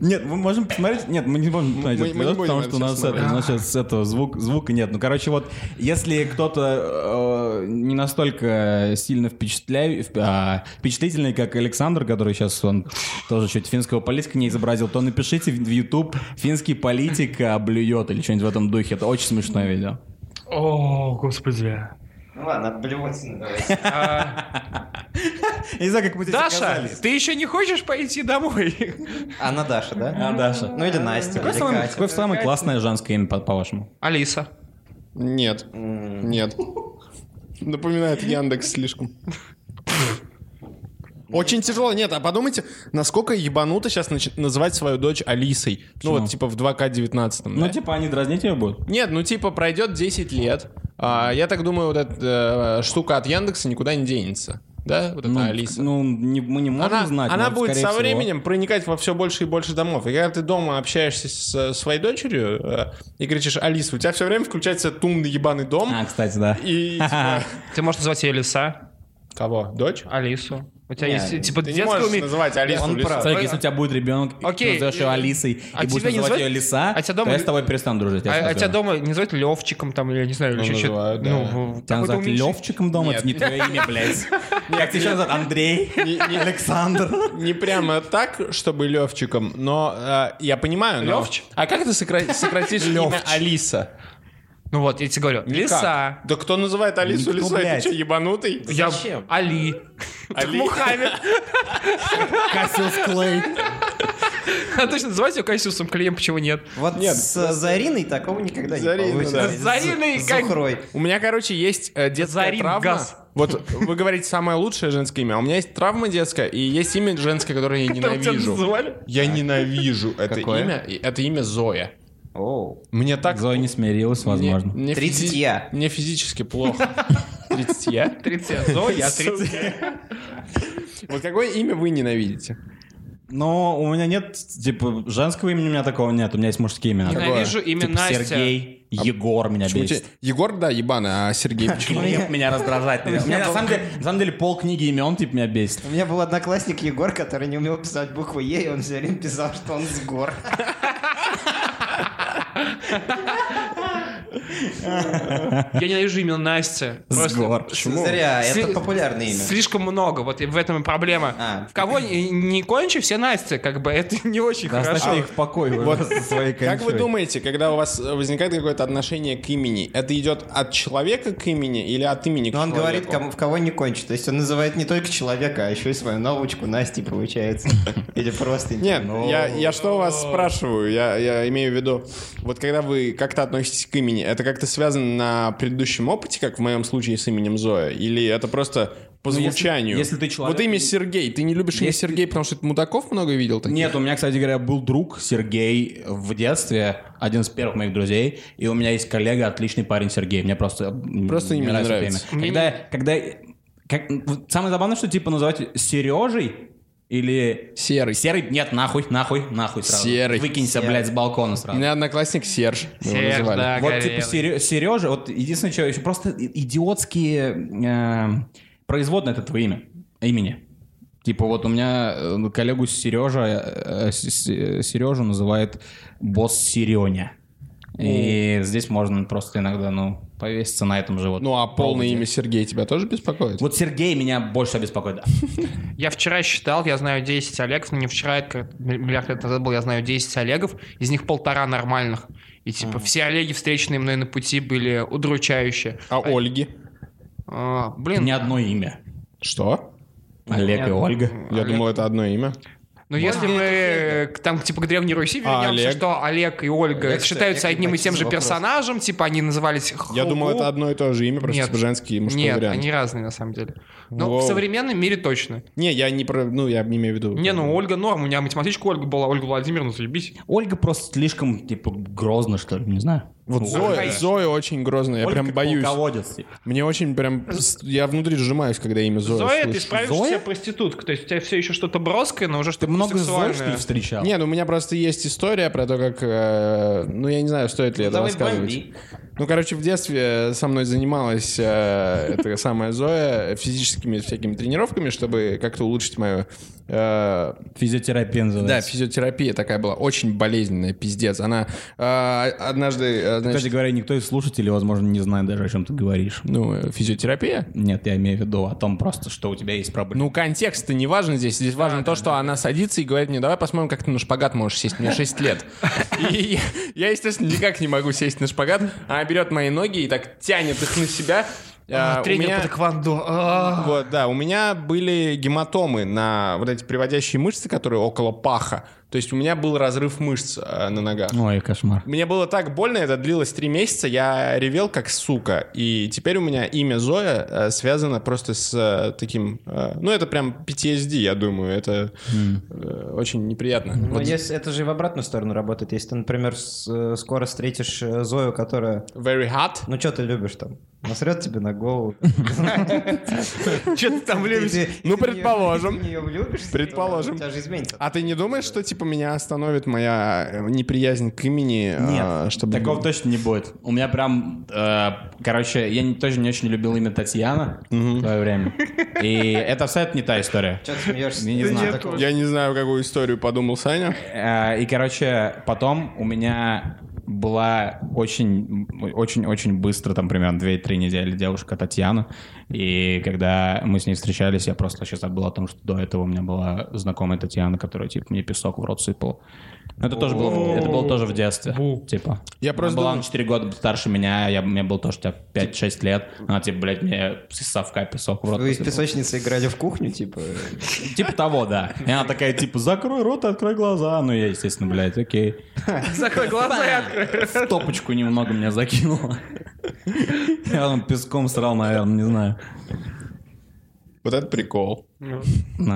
[SPEAKER 4] Нет, мы можем посмотреть. Нет, мы не можем посмотреть
[SPEAKER 3] Мы-
[SPEAKER 4] этот
[SPEAKER 3] мы не
[SPEAKER 4] видос,
[SPEAKER 3] будем
[SPEAKER 4] потому
[SPEAKER 3] это
[SPEAKER 4] что у
[SPEAKER 3] сейчас
[SPEAKER 4] нас, это, у нас сейчас этого звук, звука нет. Ну, короче, вот если кто-то э, не настолько сильно впечатляю, вп- а, впечатлительный, как Александр, который сейчас он тоже чуть финского политика не изобразил, то напишите в в YouTube финский политик а, блюет или что-нибудь в этом духе. Это очень смешное видео.
[SPEAKER 2] О, господи.
[SPEAKER 1] Ну ладно, отблевотина давайте.
[SPEAKER 4] Я не знаю, как мы здесь
[SPEAKER 2] А, Даша,
[SPEAKER 4] оказались.
[SPEAKER 2] ты еще не хочешь пойти домой?
[SPEAKER 1] Анна Даша, да?
[SPEAKER 4] А, Даша.
[SPEAKER 1] Ну или Настя,
[SPEAKER 4] Какое
[SPEAKER 1] или
[SPEAKER 4] самое,
[SPEAKER 1] Катя.
[SPEAKER 4] какое самое классное женское имя, по- по-вашему?
[SPEAKER 2] Алиса.
[SPEAKER 3] Нет,
[SPEAKER 1] М,
[SPEAKER 3] нет. Напоминает Яндекс слишком. Очень тяжело. Нет, а подумайте, насколько ебануто сейчас нач- называть свою дочь Алисой.
[SPEAKER 4] Почему?
[SPEAKER 3] Ну вот типа в 2К19.
[SPEAKER 4] Ну, типа, они дразнить ее будут.
[SPEAKER 3] Нет, ну типа пройдет 10 лет. а, я так думаю, вот эта э, штука от Яндекса никуда не денется. Да, вот эта
[SPEAKER 4] ну,
[SPEAKER 3] Алиса.
[SPEAKER 4] ну, не- мы не можем
[SPEAKER 3] она
[SPEAKER 4] знать.
[SPEAKER 3] она
[SPEAKER 4] но,
[SPEAKER 3] будет
[SPEAKER 4] скорее
[SPEAKER 3] со
[SPEAKER 4] всего.
[SPEAKER 3] временем проникать во все больше и больше домов. И когда ты дома общаешься с э, своей дочерью э, и кричишь Алиса, у тебя все время включается этот умный ебаный дом.
[SPEAKER 4] А, кстати, да.
[SPEAKER 3] И типа,
[SPEAKER 2] Ты можешь назвать ее Лиса,
[SPEAKER 3] кого? Дочь?
[SPEAKER 2] Алису. У тебя
[SPEAKER 1] Не,
[SPEAKER 2] есть, типа,
[SPEAKER 3] Ты не
[SPEAKER 2] детская
[SPEAKER 3] можешь
[SPEAKER 2] уме-
[SPEAKER 3] называть Алису
[SPEAKER 1] Он
[SPEAKER 3] Лисой.
[SPEAKER 1] прав.
[SPEAKER 4] Смотри, если у тебя будет ребенок, и
[SPEAKER 2] А, Окей.
[SPEAKER 4] ты назовешь ее Алисой,
[SPEAKER 2] А
[SPEAKER 4] и будешь
[SPEAKER 2] тебя не
[SPEAKER 4] называть ее
[SPEAKER 2] называют-
[SPEAKER 4] Лиса,
[SPEAKER 2] а тебя
[SPEAKER 4] то
[SPEAKER 2] дома
[SPEAKER 4] я
[SPEAKER 2] не-
[SPEAKER 4] с тобой перестану дружить. я
[SPEAKER 2] А, а
[SPEAKER 4] смотрю.
[SPEAKER 2] тебя дома не называют Левчиком, там, или я не знаю, или
[SPEAKER 3] Ну,
[SPEAKER 2] еще
[SPEAKER 3] называют,
[SPEAKER 2] что-то.
[SPEAKER 3] да.
[SPEAKER 2] Ну,
[SPEAKER 4] Тебя
[SPEAKER 2] какой-то
[SPEAKER 4] называют
[SPEAKER 2] уменьшительный.
[SPEAKER 4] Левчиком дома, это не твое имя, блядь. Как тебя еще называют? Андрей? Александр?
[SPEAKER 3] Не прямо так, чтобы Левчиком, но э, я понимаю. но-
[SPEAKER 2] Левч?
[SPEAKER 3] А как это сокра- сократишь имя Алиса?
[SPEAKER 2] Ну вот, я тебе говорю, Лиса.
[SPEAKER 3] Никак. Да кто называет Алису
[SPEAKER 4] Никто,
[SPEAKER 3] Лисой? Ты
[SPEAKER 4] Ну, блядь.
[SPEAKER 3] что, ебанутый?
[SPEAKER 2] Я...
[SPEAKER 1] Зачем?
[SPEAKER 2] Али.
[SPEAKER 3] Али.
[SPEAKER 2] Мухаммед.
[SPEAKER 4] Кассиус Клей.
[SPEAKER 2] А точно называть ее Кассиусом Клеем, почему нет?
[SPEAKER 1] Вот с э, Зариной такого никогда
[SPEAKER 3] Зарина,
[SPEAKER 1] не получится.
[SPEAKER 3] да.
[SPEAKER 1] С-
[SPEAKER 2] Зариной
[SPEAKER 1] с
[SPEAKER 2] как-
[SPEAKER 1] Зухрой.
[SPEAKER 3] У меня, короче, есть э, детская
[SPEAKER 2] Зарин,
[SPEAKER 3] травма.
[SPEAKER 2] газ.
[SPEAKER 3] Вот вы говорите самое лучшее женское имя, а у меня есть травма детская и есть имя женское, которое я
[SPEAKER 2] Там тебя
[SPEAKER 3] ненавижу.
[SPEAKER 2] называли.
[SPEAKER 3] Я ненавижу это
[SPEAKER 4] Какое?
[SPEAKER 3] имя. и Это имя Зоя.
[SPEAKER 1] Оу.
[SPEAKER 3] Мне так...
[SPEAKER 4] Зоя не смирилась,
[SPEAKER 3] мне-
[SPEAKER 4] возможно.
[SPEAKER 3] мне физи-
[SPEAKER 1] Тридцатья.
[SPEAKER 3] Мне физически плохо. Тридцатья?
[SPEAKER 2] 30. Зоя, я 30.
[SPEAKER 3] Вот какое имя вы ненавидите?
[SPEAKER 4] Но у меня нет, типа, женского имени у меня такого нет. У меня есть мужские имена.
[SPEAKER 3] Какое?
[SPEAKER 2] Ненавижу имя
[SPEAKER 4] Типа
[SPEAKER 2] Настя.
[SPEAKER 4] Сергей, Егор меня
[SPEAKER 3] Почему
[SPEAKER 4] бесит.
[SPEAKER 3] тебе- Егор, да, ебаный, а Сергей почему?
[SPEAKER 4] Глеб меня раздражает. У меня на самом деле- на самом деле пол книги имен типа меня бесит.
[SPEAKER 1] У меня был одноклассник Егор, который не умел писать букву Е, и он все время писал, что он с гор.
[SPEAKER 2] Я ненавижу имя Настя.
[SPEAKER 4] С
[SPEAKER 2] Просто
[SPEAKER 4] гор.
[SPEAKER 1] Зря,
[SPEAKER 2] Сли-
[SPEAKER 1] это популярное имя.
[SPEAKER 2] Слишком много, вот и в этом и проблема.
[SPEAKER 1] А.
[SPEAKER 2] В кого не, не кончи, все Настя, как бы это не очень
[SPEAKER 4] Да,
[SPEAKER 2] хорошо.
[SPEAKER 4] оставьте их в покое. вы
[SPEAKER 3] Вот.
[SPEAKER 4] со своей
[SPEAKER 3] Как вы
[SPEAKER 4] кончой.
[SPEAKER 3] думаете, когда у вас э, возникает какое-то отношение к имени, это идет от человека к имени или от имени к
[SPEAKER 1] Но он
[SPEAKER 3] человеку?
[SPEAKER 1] говорит, кому, в кого не кончит. То есть он называет не только человека, а еще и свою новочку Настей, получается. Или просто... Ну,
[SPEAKER 3] Нет, я, я что у вас спрашиваю? Я, я имею в виду, вот когда вы как-то относитесь к имени, это как-то связано на предыдущем опыте, как в моем случае с именем Зоя? Или это просто по
[SPEAKER 4] Ну, если-
[SPEAKER 3] звучанию?
[SPEAKER 4] если ты человек-
[SPEAKER 3] Вот имя Сергей. Ты не любишь имя
[SPEAKER 4] Если-
[SPEAKER 3] Сергей, потому что ты мудаков много видел таких?
[SPEAKER 4] Нет, у меня, кстати говоря, был друг Сергей в детстве, один из первых моих друзей, и у меня есть коллега, отличный парень Сергей. Мне просто м,
[SPEAKER 3] Просто имя не
[SPEAKER 4] это
[SPEAKER 3] нравится.
[SPEAKER 4] имя. Когда, когда как- вот самое забавное, что типа называть Сережей или
[SPEAKER 3] Серый.
[SPEAKER 4] Серый, нет, нахуй, нахуй, нахуй сразу.
[SPEAKER 3] Серый.
[SPEAKER 4] Выкинься,
[SPEAKER 1] Серый.
[SPEAKER 4] блядь, с балкона
[SPEAKER 3] У
[SPEAKER 4] сразу.
[SPEAKER 3] меня одноклассник Серж. мы его
[SPEAKER 2] Серж,
[SPEAKER 3] называли.
[SPEAKER 2] да.
[SPEAKER 4] Вот
[SPEAKER 2] Горелый.
[SPEAKER 4] типа Сережа, вот единственное, что еще просто и- идиотские э, производные от этого имя, имени. Типа вот у меня э, коллегу э, Сережа, Сережу называет босс Сереня. И здесь можно просто иногда, ну, повеситься на этом же вот.
[SPEAKER 3] Ну а полное
[SPEAKER 4] проводе.
[SPEAKER 3] имя Сергей тебя тоже беспокоит?
[SPEAKER 4] Вот Сергей меня больше беспокоит, да.
[SPEAKER 2] Я вчера считал, я знаю 10 Олегов, но не вчера, это как миллиард лет назад был, я знаю 10 Олегов, из них полтора нормальных. И типа все Олеги, встреченные мной на пути, были удручающие.
[SPEAKER 3] А Ольги?
[SPEAKER 2] А,
[SPEAKER 3] Хм.
[SPEAKER 2] блин,
[SPEAKER 4] Ни одно имя.
[SPEAKER 3] Что? Ну,
[SPEAKER 4] Олег и
[SPEAKER 2] Нет.
[SPEAKER 4] Ольга.
[SPEAKER 3] Я
[SPEAKER 2] Олег.
[SPEAKER 3] думал, это одно имя.
[SPEAKER 2] ну если мы э, к- там типа к Древней Руси
[SPEAKER 3] А,
[SPEAKER 2] вернемся,
[SPEAKER 3] Олег?
[SPEAKER 2] что Олег и Ольга
[SPEAKER 1] Олег,
[SPEAKER 2] считаются
[SPEAKER 1] Олег,
[SPEAKER 2] одним и
[SPEAKER 1] это
[SPEAKER 2] тем же
[SPEAKER 1] вопрос.
[SPEAKER 2] персонажем, типа они назывались
[SPEAKER 3] Я думал, это одно и то же имя, просто
[SPEAKER 2] Нет.
[SPEAKER 3] типа женский и мужской
[SPEAKER 2] Нет,
[SPEAKER 3] вариант.
[SPEAKER 2] они разные на самом деле. Но
[SPEAKER 3] Воу.
[SPEAKER 2] в современном мире точно.
[SPEAKER 3] Не, я не про... Ну, я не имею в виду...
[SPEAKER 2] Не, ну Ольга норм, у меня математичка Ольга была, Ольга Владимировна, заебись.
[SPEAKER 4] Ольга просто слишком, типа, грозно, что ли, не знаю.
[SPEAKER 3] Вот Зоя,
[SPEAKER 2] конечно.
[SPEAKER 3] Зоя очень грозная, я
[SPEAKER 4] Ольга
[SPEAKER 3] прям
[SPEAKER 4] как
[SPEAKER 3] боюсь.
[SPEAKER 4] полководец, типа.
[SPEAKER 3] Мне очень прям... с- Я внутри сжимаюсь, когда имя Зоя
[SPEAKER 2] Зоя, ты
[SPEAKER 3] слышу.
[SPEAKER 2] справишься
[SPEAKER 4] Зоя?
[SPEAKER 2] себя проститутка, то есть у тебя все еще что-то броское, но уже
[SPEAKER 4] Ты
[SPEAKER 2] что-то
[SPEAKER 4] много
[SPEAKER 2] сексуальное.
[SPEAKER 4] Зои, что ли, встречал?
[SPEAKER 3] Не, ну у меня просто есть история про то, как... э, ну, я не знаю, стоит ли это
[SPEAKER 1] Давай
[SPEAKER 3] рассказывать.
[SPEAKER 1] бомби.
[SPEAKER 3] Ну, короче, в детстве э, со мной занималась э, эта самая Зоя физическими всякими тренировками, чтобы как-то улучшить мою... э,
[SPEAKER 4] Физиотерапия
[SPEAKER 3] Да,
[SPEAKER 4] называется.
[SPEAKER 3] физиотерапия такая была, очень болезненная, пиздец. Она э, однажды, э, значит,
[SPEAKER 4] Кстати говоря, никто из слушателей, возможно, не знает даже, о чем ты говоришь.
[SPEAKER 3] ну, э, физиотерапия.
[SPEAKER 4] Нет, я имею в виду о том просто, что у тебя есть проблемы.
[SPEAKER 3] Ну, контекст-то не важен здесь. Здесь важно то, что она садится и говорит мне, давай посмотрим, как ты на шпагат можешь сесть. Мне 6 лет. И я, я, естественно, никак не могу сесть на шпагат. Она берет мои ноги и так тянет их на себя. А, у
[SPEAKER 2] тренер
[SPEAKER 3] меня-
[SPEAKER 2] по тэквондо. А.
[SPEAKER 3] Вот, да, у меня были гематомы на вот эти приводящие мышцы, которые около паха. То есть у меня был разрыв мышц э, на ногах.
[SPEAKER 4] Ой, кошмар.
[SPEAKER 3] Мне было так больно, это длилось три месяца, я ревел как сука, и теперь у меня имя Зоя э, связано просто с э, таким, э, ну это прям PTSD, я думаю, это э, очень неприятно.
[SPEAKER 1] Ну,
[SPEAKER 3] Вот
[SPEAKER 1] если, это же и в обратную сторону работает. Если ты, например, с- э, скоро встретишь э, Зою, которая...
[SPEAKER 3] Very hot.
[SPEAKER 1] Ну, что ты любишь там? Насрет тебе на голову.
[SPEAKER 2] Че ты там
[SPEAKER 1] Ты-
[SPEAKER 2] любишь?
[SPEAKER 1] ты- ты
[SPEAKER 3] Ну,
[SPEAKER 1] в неё-
[SPEAKER 3] предположим.
[SPEAKER 1] ты в неё влюбишься,
[SPEAKER 3] Предположим.
[SPEAKER 1] то У тебя же изменится.
[SPEAKER 3] А ты не думаешь, что типа меня остановит моя э, неприязнь к имени? э,
[SPEAKER 4] Нет,
[SPEAKER 3] чтобы...
[SPEAKER 4] такого точно не будет. У меня прям, э, короче, я не- тоже не очень любил имя Татьяна в свое время. И это абсолютно не та история.
[SPEAKER 1] Че ты смеешься?
[SPEAKER 4] Я не знаю.
[SPEAKER 1] Такого-
[SPEAKER 3] Я не знаю, какую историю подумал Саня.
[SPEAKER 4] Э, И, короче, потом у меня была очень, очень, очень быстро, там, примерно 2-3 недели девушка Татьяна. И когда мы с ней встречались, я просто сейчас забыл о том, что до этого у меня была знакомая Татьяна, которая, типа, мне песок в рот сыпала. Но Это тоже было, в- это было тоже в детстве. Типа.
[SPEAKER 3] Я
[SPEAKER 4] Она
[SPEAKER 3] просто
[SPEAKER 4] была
[SPEAKER 3] думал-
[SPEAKER 4] на 4 года старше меня, я, мне было тоже типа, 5-6 лет. Она, типа, блядь, мне с совка песок в рот
[SPEAKER 1] Вы из
[SPEAKER 4] посыпала.
[SPEAKER 1] песочницы играли в кухню, типа...
[SPEAKER 4] Типа того, да. И она такая, типа, закрой рот и открой глаза. Ну, я, естественно, блядь, окей.
[SPEAKER 2] Закрой глаза и открой.
[SPEAKER 4] В топочку немного меня закинуло. Я там песком срал, наверное, не знаю.
[SPEAKER 3] Вот это прикол.
[SPEAKER 4] Ну,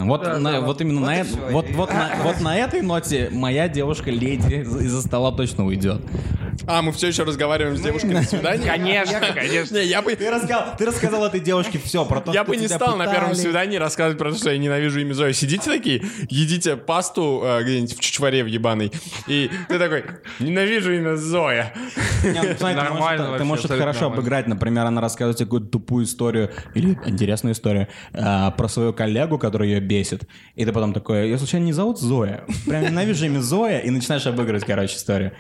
[SPEAKER 4] Вот,
[SPEAKER 2] Да,
[SPEAKER 4] на-
[SPEAKER 2] да,
[SPEAKER 4] вот именно на,
[SPEAKER 1] и
[SPEAKER 4] эт-
[SPEAKER 1] всё,
[SPEAKER 4] вот,
[SPEAKER 1] и-
[SPEAKER 4] вот, на, вот на этой ноте моя девушка леди из- из-за стола точно уйдет.
[SPEAKER 3] А, мы все еще разговариваем с девушкой на свидании?
[SPEAKER 2] Конечно, конечно.
[SPEAKER 3] Не, я бы...
[SPEAKER 4] Ты рассказал, ты рассказал этой девушке все про то,
[SPEAKER 3] Я
[SPEAKER 4] что
[SPEAKER 3] бы не
[SPEAKER 4] тебя
[SPEAKER 3] стал на первом
[SPEAKER 4] пытали.
[SPEAKER 3] свидании рассказывать про то, что я ненавижу имя Зоя. Сидите такие, едите пасту э, где-нибудь в чучваре в ебаной, и ты такой, ненавижу имя Зоя.
[SPEAKER 4] Не, ну, смотри, ты
[SPEAKER 2] Нормально
[SPEAKER 4] можешь это-
[SPEAKER 2] вообще,
[SPEAKER 4] Ты можешь это
[SPEAKER 2] абсолютно
[SPEAKER 4] хорошо
[SPEAKER 2] нормально.
[SPEAKER 4] обыграть. Например, она рассказывает тебе какую-то тупую историю или интересную историю а, про свою коллегу, которая ее бесит. И ты потом такой, ее случайно не зовут Зоя? Прям ненавижу имя Зоя, и начинаешь обыгрывать, короче, историю.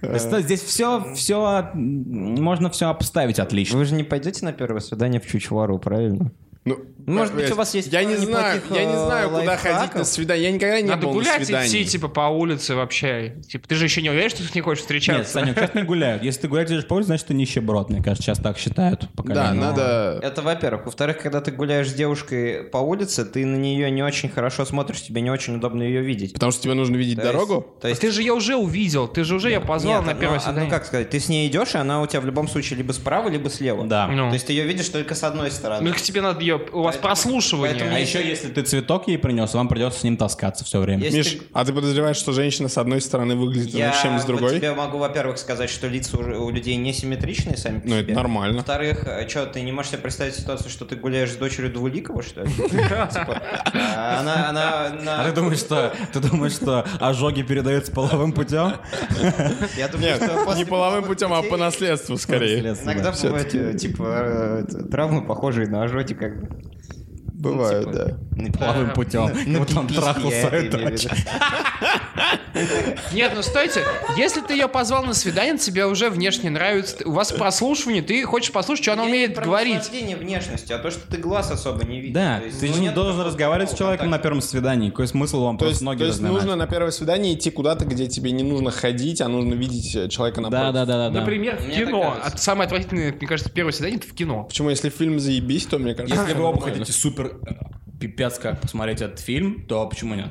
[SPEAKER 4] То есть, ну, Здесь все, все, можно все обставить отлично.
[SPEAKER 1] Вы же не пойдете на первое свидание в Чучвару, правильно?
[SPEAKER 3] Ну,
[SPEAKER 1] Может быть,
[SPEAKER 3] э,
[SPEAKER 1] у вас есть
[SPEAKER 3] Я
[SPEAKER 1] пару
[SPEAKER 3] не знаю,
[SPEAKER 1] неплохих,
[SPEAKER 3] я не
[SPEAKER 1] э,
[SPEAKER 3] знаю, куда
[SPEAKER 1] лайфхаков?
[SPEAKER 3] ходить на свидание. Я никогда не
[SPEAKER 2] Надо
[SPEAKER 3] был на
[SPEAKER 2] гулять идти,
[SPEAKER 3] свидании.
[SPEAKER 2] типа, по улице вообще. Типа, ты же еще не уверен, что ты с ней хочешь
[SPEAKER 4] Нет,
[SPEAKER 2] встречаться.
[SPEAKER 4] Санек, сейчас не гуляют. Если ты гуляешь идешь по улице, значит, ты нищеброд. Мне кажется, сейчас так считают. по
[SPEAKER 3] Да,
[SPEAKER 4] коленям.
[SPEAKER 3] надо...
[SPEAKER 1] Это во-первых. Во-вторых, когда ты гуляешь с девушкой по улице, ты на нее не очень хорошо смотришь, тебе не очень удобно ее видеть.
[SPEAKER 3] Потому что тебе нужно видеть
[SPEAKER 1] То
[SPEAKER 3] дорогу.
[SPEAKER 1] есть- То есть
[SPEAKER 2] А Ты же ее уже увидел, ты же уже ее позвал
[SPEAKER 1] Нет,
[SPEAKER 2] на
[SPEAKER 1] ну,
[SPEAKER 2] первое
[SPEAKER 1] а,
[SPEAKER 2] свидание.
[SPEAKER 1] Ну как сказать, ты с ней идешь, и она у тебя в любом случае либо справа, либо слева.
[SPEAKER 4] Да.
[SPEAKER 2] Ну.
[SPEAKER 1] То есть ты ее видишь только с одной
[SPEAKER 2] Ну,
[SPEAKER 1] стороны.
[SPEAKER 2] к тебе надо ее... У
[SPEAKER 1] Поэтому- поэтому
[SPEAKER 2] вас
[SPEAKER 4] А
[SPEAKER 2] прослушивание.
[SPEAKER 4] еще, если ты цветок ей принес, вам придется с ним таскаться все время.
[SPEAKER 1] Если-
[SPEAKER 3] Миш, а ты подозреваешь, что женщина с одной стороны выглядит
[SPEAKER 1] Я
[SPEAKER 3] иначе, чем с
[SPEAKER 1] вот
[SPEAKER 3] другой?
[SPEAKER 1] тебе могу, во-первых, сказать, что лица уже у людей несимметричные сами по
[SPEAKER 3] Ну,
[SPEAKER 1] себе.
[SPEAKER 3] это нормально.
[SPEAKER 1] Во-вторых, что, ты не можешь себе представить ситуацию, что ты гуляешь с дочерью Двуликова, что ли? Типа, а, Она, она,
[SPEAKER 4] А ты
[SPEAKER 1] она...
[SPEAKER 4] думаешь, что ты думаешь, что ожоги передаются половым путем?
[SPEAKER 1] Я думаю,
[SPEAKER 3] Нет,
[SPEAKER 1] что после
[SPEAKER 3] не половым
[SPEAKER 1] половых
[SPEAKER 3] путем, а
[SPEAKER 1] путей
[SPEAKER 3] по наследству скорее.
[SPEAKER 1] Иногда
[SPEAKER 3] Да,
[SPEAKER 1] бывают, э, типа, э, травмы, похожие на ожоги, как бы.
[SPEAKER 3] Бывают,
[SPEAKER 1] типа,
[SPEAKER 3] да.
[SPEAKER 1] на-
[SPEAKER 4] Половым путем.
[SPEAKER 1] на
[SPEAKER 4] Вот он
[SPEAKER 1] пипиське,
[SPEAKER 4] Ну, трахался
[SPEAKER 1] я это
[SPEAKER 4] и
[SPEAKER 1] имею в виду.
[SPEAKER 2] Нет, ну стойте, если ты ее позвал на свидание, тебе уже внешне нравится, у вас прослушивание, ты хочешь послушать, что она
[SPEAKER 1] Я
[SPEAKER 2] умеет
[SPEAKER 1] не про
[SPEAKER 2] говорить.
[SPEAKER 1] наслаждение внешностью, а то, что ты глаз особо не видишь.
[SPEAKER 4] Да,
[SPEAKER 1] То есть,
[SPEAKER 4] ты
[SPEAKER 1] ну,
[SPEAKER 4] же не
[SPEAKER 1] нет
[SPEAKER 4] должен
[SPEAKER 1] такого
[SPEAKER 4] разговаривать с человеком на
[SPEAKER 1] контакта.
[SPEAKER 4] первом свидании. Какой смысл вам
[SPEAKER 3] То
[SPEAKER 4] просто
[SPEAKER 3] есть,
[SPEAKER 4] ноги
[SPEAKER 3] то есть
[SPEAKER 4] разминать?
[SPEAKER 3] нужно на первое свидание идти куда-то, где тебе не нужно ходить, а нужно видеть э, человека напротив.
[SPEAKER 4] Да, да, да, да. да.
[SPEAKER 2] Например, в
[SPEAKER 1] Мне так
[SPEAKER 2] кино.
[SPEAKER 1] кажется.
[SPEAKER 2] А Самое отвратительное, мне кажется, первое свидание это в кино.
[SPEAKER 3] Почему, если фильм заебись, то мне кажется...
[SPEAKER 4] Если
[SPEAKER 3] всё
[SPEAKER 4] вы оба
[SPEAKER 3] нормально.
[SPEAKER 4] хотите супер э, пипец как посмотреть этот фильм, то почему нет?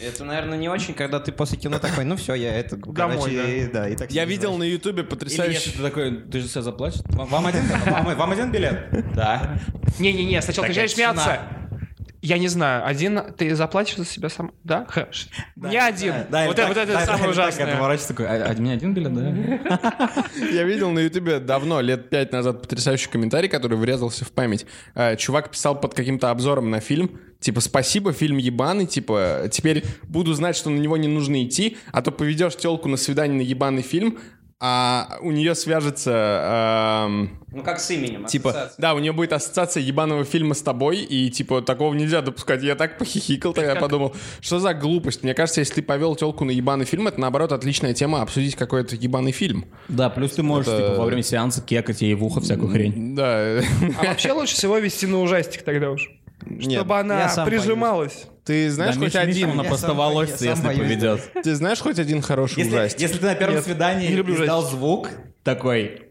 [SPEAKER 1] Это, наверное, не очень, когда ты после кино такой, ну все, я это...
[SPEAKER 2] Домой,
[SPEAKER 1] короче,
[SPEAKER 2] да.
[SPEAKER 1] и- да. и так
[SPEAKER 3] Я
[SPEAKER 1] себе
[SPEAKER 3] видел на
[SPEAKER 4] Или
[SPEAKER 3] Ютубе
[SPEAKER 4] если
[SPEAKER 3] потрясающий...
[SPEAKER 4] ты такой, ты же себя заплачешь? Вам вам один, вам- вам один билет? Да.
[SPEAKER 2] Не-не-не, сначала ты
[SPEAKER 4] Такая
[SPEAKER 2] начинаешь смеяться. Я не знаю, один ты заплатишь за себя сам? Да? Хорошо. Я один.
[SPEAKER 4] Да, или
[SPEAKER 2] Вот
[SPEAKER 4] так-
[SPEAKER 2] это вот это
[SPEAKER 4] да, или
[SPEAKER 2] самое
[SPEAKER 4] так
[SPEAKER 2] ужасное.
[SPEAKER 4] отворачиваешься такой, а а мне один билет, да?
[SPEAKER 3] Я видел на Ютубе давно, лет пять назад, потрясающий комментарий, который врезался в память. Э, Чувак писал под каким-то обзором на фильм, типа, спасибо, фильм ебаный, типа, теперь буду знать, что на него не нужно идти, а то поведешь телку на свидание на ебаный фильм, а у нее свяжется... эм,
[SPEAKER 1] Ну как с именем,
[SPEAKER 3] Типа,
[SPEAKER 1] ассоциация.
[SPEAKER 3] да, у нее будет ассоциация ебаного фильма с тобой, и типа такого нельзя допускать. Я так похихикал, тогда подумал, что за глупость. Мне кажется, если ты повел телку на ебаный фильм, это наоборот отличная тема обсудить какой-то ебаный фильм.
[SPEAKER 4] Да, плюс ты можешь
[SPEAKER 3] Это-
[SPEAKER 4] типа, во время сеанса кекать ей в ухо всякую хрень.
[SPEAKER 3] Да.
[SPEAKER 2] А вообще лучше всего вести на ужастик тогда уж.
[SPEAKER 3] Нет.
[SPEAKER 2] Чтобы
[SPEAKER 1] я
[SPEAKER 2] она
[SPEAKER 1] сам
[SPEAKER 2] прижималась.
[SPEAKER 3] Ты знаешь
[SPEAKER 4] Да,
[SPEAKER 3] хоть
[SPEAKER 4] Миша, Миша,
[SPEAKER 3] один?
[SPEAKER 4] Она
[SPEAKER 1] Я
[SPEAKER 4] просто
[SPEAKER 1] сам боюсь,
[SPEAKER 4] волосится,
[SPEAKER 1] я сам
[SPEAKER 4] если
[SPEAKER 1] боюсь.
[SPEAKER 4] поведет.
[SPEAKER 3] Ты знаешь хоть один хороший
[SPEAKER 4] Если,
[SPEAKER 3] ужастик?
[SPEAKER 4] если ты на первом
[SPEAKER 2] Нет,
[SPEAKER 4] свидании
[SPEAKER 2] не люблю
[SPEAKER 4] издал звук такой,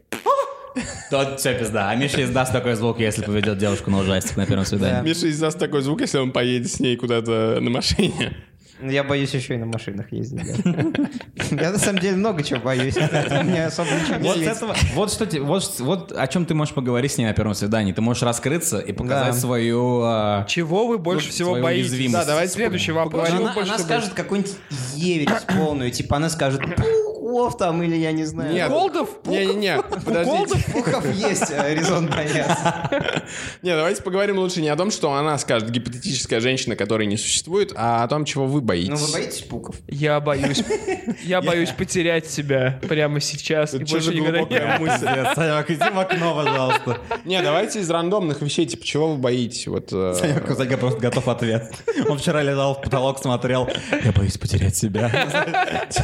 [SPEAKER 4] Тот все пизда. А Миша издаст такой звук, если поведет девушку на ужастик на первом свидании.
[SPEAKER 3] Миша издаст такой звук, если он поедет с ней куда-то на машине.
[SPEAKER 1] Ну, Я боюсь еще и на машинах ездить. да. Я на самом деле много чего боюсь. Поэтому Мне особо ничего не
[SPEAKER 4] Вот, с
[SPEAKER 1] светит.
[SPEAKER 4] этого, вот, что, те- вот, с- вот о чем ты можешь поговорить с ней на первом свидании. Ты можешь раскрыться и показать
[SPEAKER 1] Да.
[SPEAKER 4] свою... а,
[SPEAKER 2] Чего вы больше
[SPEAKER 4] Ну,
[SPEAKER 2] всего
[SPEAKER 4] твою
[SPEAKER 2] боитесь?
[SPEAKER 4] уязвимость.
[SPEAKER 2] Да, давайте следующий
[SPEAKER 1] Она,
[SPEAKER 2] вопрос. Чего
[SPEAKER 1] она
[SPEAKER 2] больше всего
[SPEAKER 1] скажет какую-нибудь ересь полную. Типа она скажет «Пуков» там или я не знаю.
[SPEAKER 3] Нет.
[SPEAKER 2] Голдов?
[SPEAKER 3] Не-не-не, подождите.
[SPEAKER 1] Пуков есть э, резон бояться.
[SPEAKER 3] Не, давайте поговорим лучше не о том, что она скажет, гипотетическая женщина, которой не существует, а о том, чего вы
[SPEAKER 1] Ну вы
[SPEAKER 3] боитесь.
[SPEAKER 1] боитесь пуков?
[SPEAKER 2] Я боюсь. Я боюсь потерять себя прямо сейчас. И
[SPEAKER 3] Это чё
[SPEAKER 2] больше
[SPEAKER 3] за
[SPEAKER 2] никогда
[SPEAKER 3] глубокая
[SPEAKER 2] не...
[SPEAKER 3] мысль?
[SPEAKER 4] Пиздец, Санек, иди в окно, пожалуйста.
[SPEAKER 3] Не, давайте из рандомных вещей, типа, чего вы боитесь? Вот, э,
[SPEAKER 4] Санек, у Санька просто готов ответ. Он вчера лежал в потолок, смотрел. Я боюсь потерять себя.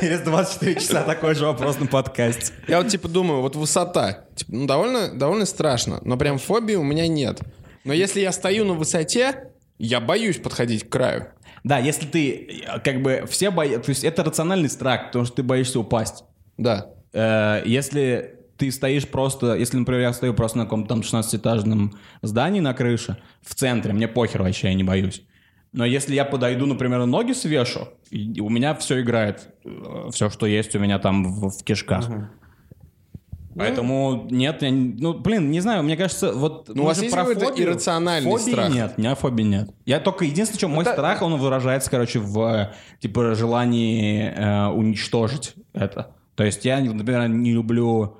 [SPEAKER 4] Через 24 часа такой же вопрос на подкасте.
[SPEAKER 3] Я вот, типа, думаю, вот высота. Типа, ну, довольно, довольно страшно, но прям фобии у меня нет. Но если я стою на высоте, я боюсь подходить к краю.
[SPEAKER 4] Да, если ты э, как бы все бои... То есть это рациональный страх, потому что ты боишься упасть.
[SPEAKER 3] Да.
[SPEAKER 4] Э, Если ты стоишь просто, если, например, я стою просто на каком-то там 16-этажном здании на крыше, в центре, мне похер вообще, я не боюсь. Но если я подойду, например, ноги свешу, и у меня все играет, все, что есть у меня там в, в кишках.
[SPEAKER 3] Ну,
[SPEAKER 4] Поэтому нет, я не- ну, блин, не знаю, мне кажется, вот...
[SPEAKER 3] Ну, у
[SPEAKER 4] мы
[SPEAKER 3] вас
[SPEAKER 4] же
[SPEAKER 3] есть
[SPEAKER 4] про
[SPEAKER 3] какой-то
[SPEAKER 4] фобию.
[SPEAKER 3] иррациональный
[SPEAKER 4] Фобии
[SPEAKER 3] страх?
[SPEAKER 4] нет, у меня фобии нет. Я только, единственное, что мой страх, он выражается, короче, в, э, типа, желании э, уничтожить это. То есть я, например, не люблю,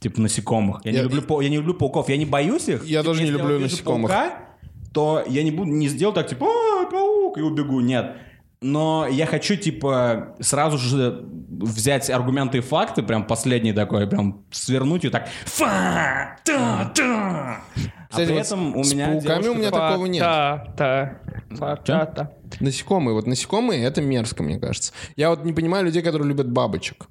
[SPEAKER 4] типа, насекомых. Я,
[SPEAKER 3] Я-
[SPEAKER 4] не, люблю, пау- я не люблю пауков, я не боюсь их.
[SPEAKER 3] Я
[SPEAKER 4] Типа,
[SPEAKER 3] тоже не
[SPEAKER 4] если
[SPEAKER 3] люблю
[SPEAKER 4] увижу
[SPEAKER 3] насекомых.
[SPEAKER 4] паука, то я не буду, не сделаю так, типа, «А, паук, и убегу, нет. Но я хочу, типа, сразу же взять аргументы и факты, прям последний такой, прям свернуть и так, фа, та, та.
[SPEAKER 3] Кстати,
[SPEAKER 4] а при
[SPEAKER 3] вот
[SPEAKER 4] этом у
[SPEAKER 3] с
[SPEAKER 4] меня
[SPEAKER 3] пауками
[SPEAKER 4] девушка
[SPEAKER 3] у меня
[SPEAKER 4] такая,
[SPEAKER 3] такого нет.
[SPEAKER 2] Да, да. Да, да.
[SPEAKER 3] Насекомые. Вот насекомые — это мерзко, мне кажется. Я вот не понимаю людей, которые любят бабочек.